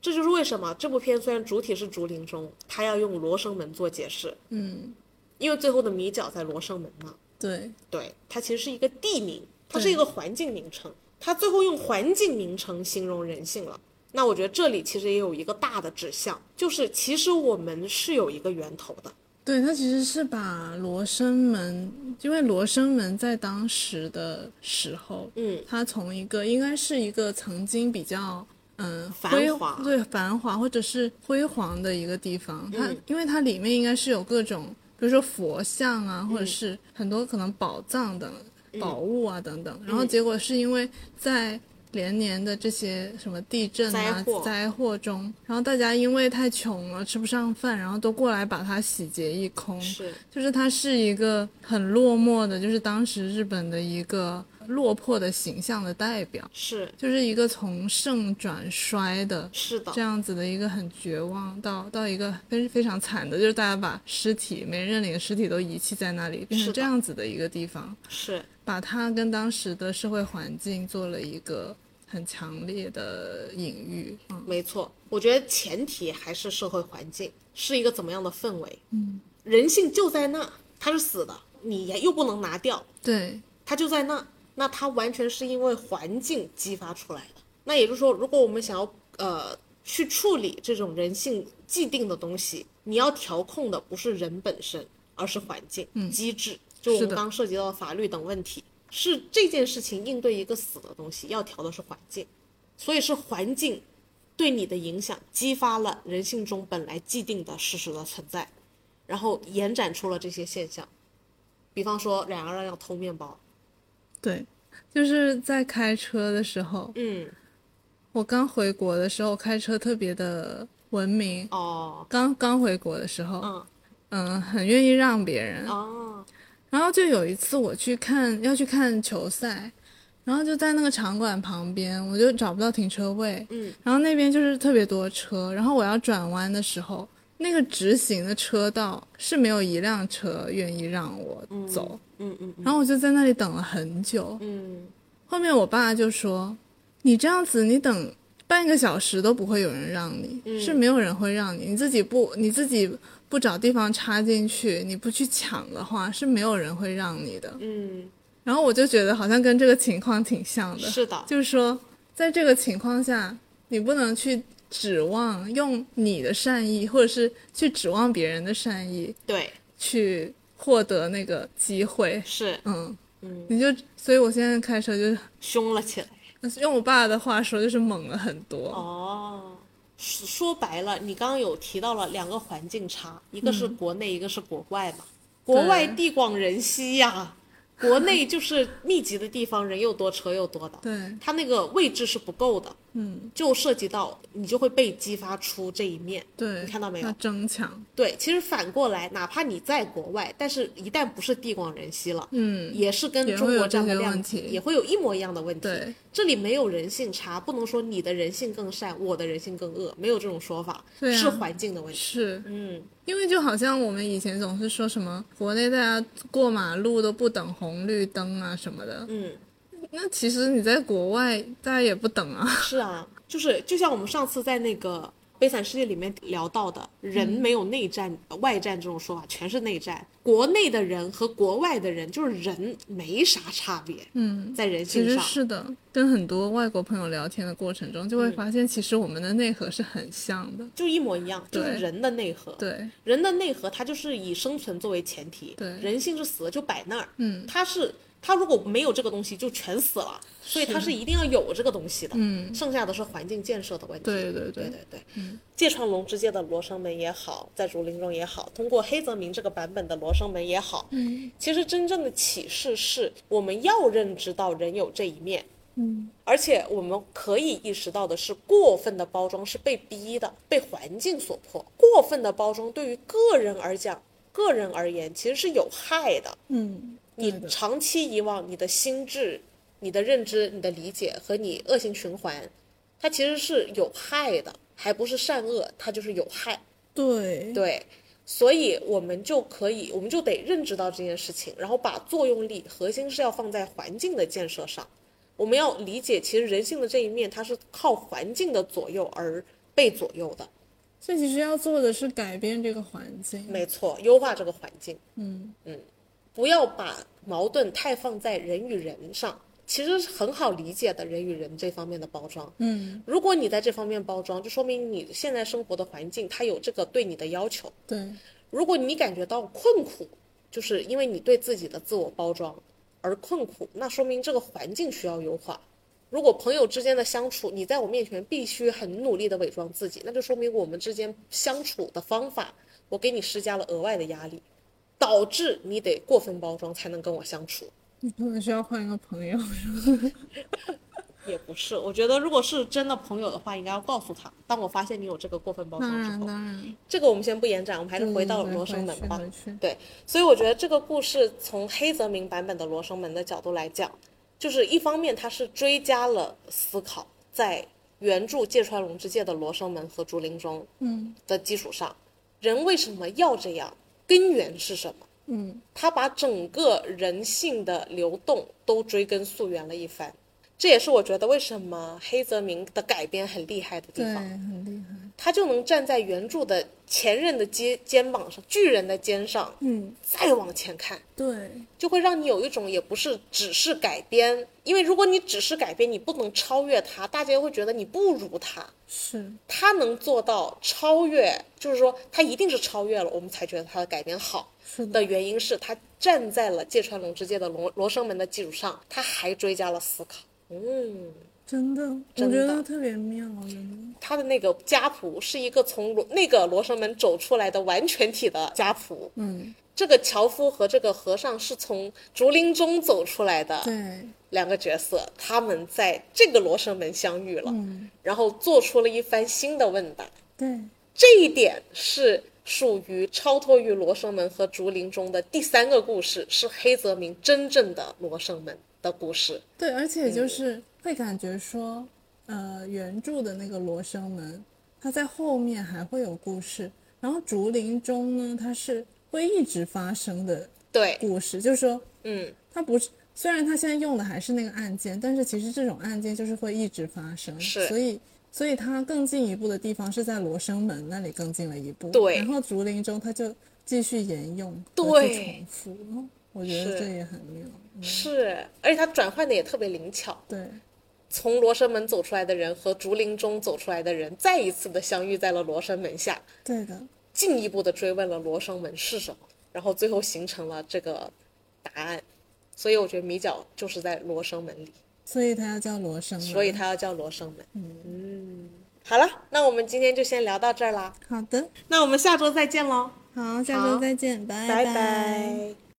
S1: 这就是为什么这部片虽然主体是竹林中，它要用罗生门做解释，
S2: 嗯，
S1: 因为最后的米角在罗生门嘛。
S2: 对，
S1: 对，它其实是一个地名，它是一个环境名称，它最后用环境名称形容人性了。那我觉得这里其实也有一个大的指向，就是其实我们是有一个源头的，
S2: 对，他其实是把罗生门，因为罗生门在当时的时候，
S1: 嗯，
S2: 它从一个应该是一个曾经比较嗯
S1: 繁
S2: 辉
S1: 华
S2: 对繁华或者是辉煌的一个地方，它、
S1: 嗯
S2: 因为它里面应该是有各种，比如说佛像啊，
S1: 嗯
S2: 或者是很多可能宝藏等宝物啊等等，然后
S1: 嗯
S2: 结果是因为在。连年的这些什么地震啊、
S1: 灾祸
S2: 灾祸中，然后大家因为太穷了，吃不上饭，然后都过来把它洗劫一空。
S1: 是
S2: 就是它是一个很落寞的，就是当时日本的一个落魄的形象的代表，
S1: 是
S2: 就是一个从盛转衰的
S1: 是的
S2: 这，样子的一个很绝望到到一个非非常惨的，就是大家把尸体没人认领的尸体都遗弃在那里，变
S1: 是
S2: 成
S1: 的
S2: 这样子的一个地方，
S1: 是
S2: 把它跟当时的社会环境做了一个很强烈的隐喻。嗯，
S1: 没错，我觉得前提还是社会环境是一个怎么样的氛围。嗯，人性就在那，它是死的，你也又不能拿掉，
S2: 对，
S1: 它就在那，那它完全是因为环境激发出来的。那也就是说，如果我们想要呃去处理这种人性既定的东西，你要调控的不是人本身，而是环境、机制，就我
S2: 是
S1: 们
S2: 的
S1: 刚刚涉及到的法律等问题。是这件事情应对一个死的东西，要调的是环境，所以是环境对你的影响激发了人性中本来既定的事实的存在，然后延展出了这些现象。比方说冉阿让要偷面包，
S2: 对，就是在开车的时候，
S1: 嗯，
S2: 我刚回国的时候开车特别的文明，
S1: 哦，
S2: 刚刚回国的时候，
S1: 嗯，
S2: 嗯，很愿意让别人。
S1: 哦，
S2: 然后就有一次我去看要去看球赛，然后就在那个场馆旁边，我就找不到停车位，
S1: 嗯，
S2: 然后那边就是特别多车，然后我要转弯的时候，那个直行的车道是没有一辆车愿意让我走，
S1: 嗯嗯
S2: 然后我就在那里等了很久。
S1: 嗯，
S2: 后面我爸就说：“你这样子，你等半个小时都不会有人让你，
S1: 嗯
S2: 是没有人会让你。你自己不，你自己不找地方插进去，你不去抢的话，是没有人会让你的。”
S1: 嗯，
S2: 然后我就觉得好像跟这个情况挺像的，
S1: 是的
S2: 就是说在这个情况下，你不能去指望用你的善意，或者是去指望别人的善意
S1: 对，
S2: 去获得那个机会，
S1: 是
S2: 嗯嗯，你就所以我现在开车就是
S1: 凶了起来。
S2: 用我爸的话说，就是猛了很多，
S1: 哦，说说白了，你刚刚有提到了两个环境差，一个是国内，一个是国外嘛。国外地广人稀呀、国内就是密集的地方，人又多，车又多的。
S2: 对，
S1: 它那个位置是不够的，
S2: 嗯，
S1: 就涉及到你就会被激发出这一面。
S2: 对，
S1: 你看到没有
S2: 要争抢，
S1: 对，其实反过来，哪怕你在国外，但是一旦不是地广人稀了，
S2: 嗯，
S1: 也是跟
S2: 也会
S1: 中
S2: 有
S1: 国
S2: 这
S1: 这样的
S2: 些
S1: 量
S2: 问
S1: 体
S2: 题
S1: 也会有一模一样的问题。
S2: 对，
S1: 这里没有人性差，不能说你的人性更善，我的人性更恶，没有这种说法，
S2: 对啊
S1: 是环境的问题。
S2: 是，
S1: 嗯，
S2: 因为就好像我们以前总是说什么国内大家过马路都不等红绿灯啊什么的，
S1: 嗯，
S2: 那其实你在国外大家也不等啊，
S1: 是啊，就是就像我们上次在那个《悲惨世界》里面聊到的，人
S2: 嗯
S1: 没有内战、呃外战这种说法，全是内战。国内的人和国外的人，就是人没啥差别，
S2: 嗯，
S1: 在人
S2: 其
S1: 性
S2: 实
S1: 上。
S2: 是的。跟很多外国朋友聊天的过程
S1: 嗯
S2: 中，就会发现其实我们的内核是很像的，
S1: 就一模一样，就是
S2: 对
S1: 人的内核。
S2: 对
S1: 人的内核，它就是以生存作为前提。
S2: 对
S1: 人性是死了就摆那儿。
S2: 嗯，
S1: 它是它如果没有这个东西就全死了，所以它是一定要有这个东西的。
S2: 嗯，
S1: 剩下的是环境建设的问题。
S2: 对对
S1: 对
S2: 嗯对，
S1: 对对，芥川龙之介的《罗生门》也好，在竹林中也好，通过黑泽明这个版本的《罗生门》也好，嗯，其实真正的启示是我们要认知到人有这一面，
S2: 嗯，
S1: 而且我们可以意识到的是，过分的包装是被逼的，被环境所迫。过分的包装对于个人而讲，个人而言其实是有害的。
S2: 嗯，
S1: 你长期以往，你的心智、你的认知、你的理解和你恶性循环，它其实是有害的，还不是善恶，它就是有害。
S2: 对
S1: 对，所以我们就可以，我们就得认知到这件事情，然后把作用力核心是要放在环境的建设上。我们要理解，其实人性的这一面，它是靠环境的左右而被左右的。
S2: 所以其实要做的是改变这个环境，
S1: 没错，优化这个环境，
S2: 嗯
S1: 不要把矛盾太放在人与人上，其实是很好理解的人与人这方面的包装。
S2: 嗯，
S1: 如果你在这方面包装，就说明你现在生活的环境它有这个对你的要求。
S2: 对，
S1: 如果你感觉到困苦，就是因为你对自己的自我包装而困苦，那说明这个环境需要优化。如果朋友之间的相处，你在我面前必须很努力的伪装自己，那就说明我们之间相处的方法，我给你施加了额外的压力，导致你得过分包装才能跟我相处。
S2: 你可能需要换一个朋友，
S1: 也不是，我觉得如果是真的朋友的话，应该要告诉他，当我发现你有这个过分包装
S2: 当
S1: 之
S2: 然
S1: 后，
S2: 当然，
S1: 这个我们先不延展，我们还嗯是回到
S2: 对对对
S1: 罗生门吧。
S2: 回去回去
S1: 对，所以我觉得这个故事从黑泽明版本的《罗生门》的角度来讲，就是一方面它是追加了思考在原著芥川龙之介的《罗生门》和《竹林中》
S2: 嗯
S1: 的基础上，人为什么要这样，根源是什么？
S2: 嗯，
S1: 他把整个人性的流动都追根溯源了一番，这也是我觉得为什么黑泽明的改编很厉害的地
S2: 对，
S1: 方。
S2: 很厉害，
S1: 他就能站在原著的前任的肩肩膀上，巨人的肩上，
S2: 嗯，
S1: 再往前看，
S2: 对。
S1: 就会让你有一种也不是只是改编，因为如果你只是改编，你不能超越他，大家会觉得你不如他。
S2: 是，
S1: 他能做到超越，就是说他一定是超越了，我们才觉得他的改编好。
S2: 是的
S1: 的原因是他站在了芥川龙之介的罗《罗生门》的基础上，他还追加了思考。嗯，
S2: 真的，
S1: 真
S2: 我觉
S1: 的
S2: 得特别妙，真的。
S1: 他的那个家谱是一个从罗那个罗生门走出来的完全体的家谱。
S2: 嗯，
S1: 这个樵夫和这个和尚是从竹林中走出来的
S2: 对，
S1: 两个角色，他们在这个罗生门相遇了，
S2: 嗯，
S1: 然后做出了一番新的问答。
S2: 对，
S1: 这一点是属于超脱于罗生门和竹林中的第三个故事，是黑泽明真正的罗生门的故事。
S2: 对，而
S1: 嗯
S2: 且就是会感觉说，呃，原著的那个《罗生门》，它在后面还会有故事，然然后竹林中呢，它是会一直发生的
S1: 对，
S2: 故事，就是说
S1: 嗯，
S2: 它不是，虽然它现在用的还是那个案件，但是其实这种案件就是会一直发生，
S1: 是
S2: 所以。所以它更进一步的地方是在罗生门那里更进了一步，
S1: 对
S2: 然后竹林中它就继续沿用，
S1: 对
S2: 和去重复，哦我觉
S1: 是
S2: 得这也很妙。嗯
S1: 是，而且它转换的也特别灵巧。
S2: 对，
S1: 从罗生门走出来的人和竹林中走出来的人，再一次的相遇在了罗生门下，
S2: 对的，
S1: 进一步的追问了罗生门是什么，然后最后形成了这个答案。所以我觉得米角就是在罗生门里，
S2: 所以它要叫罗生门。
S1: 所以它要叫罗生门。嗯，好了，那我们今天就先聊到这儿啦，
S2: 好的，
S1: 那我们下周再见喽，
S2: 好，下周
S1: 好
S2: 再见，拜
S1: 拜
S2: 拜
S1: 拜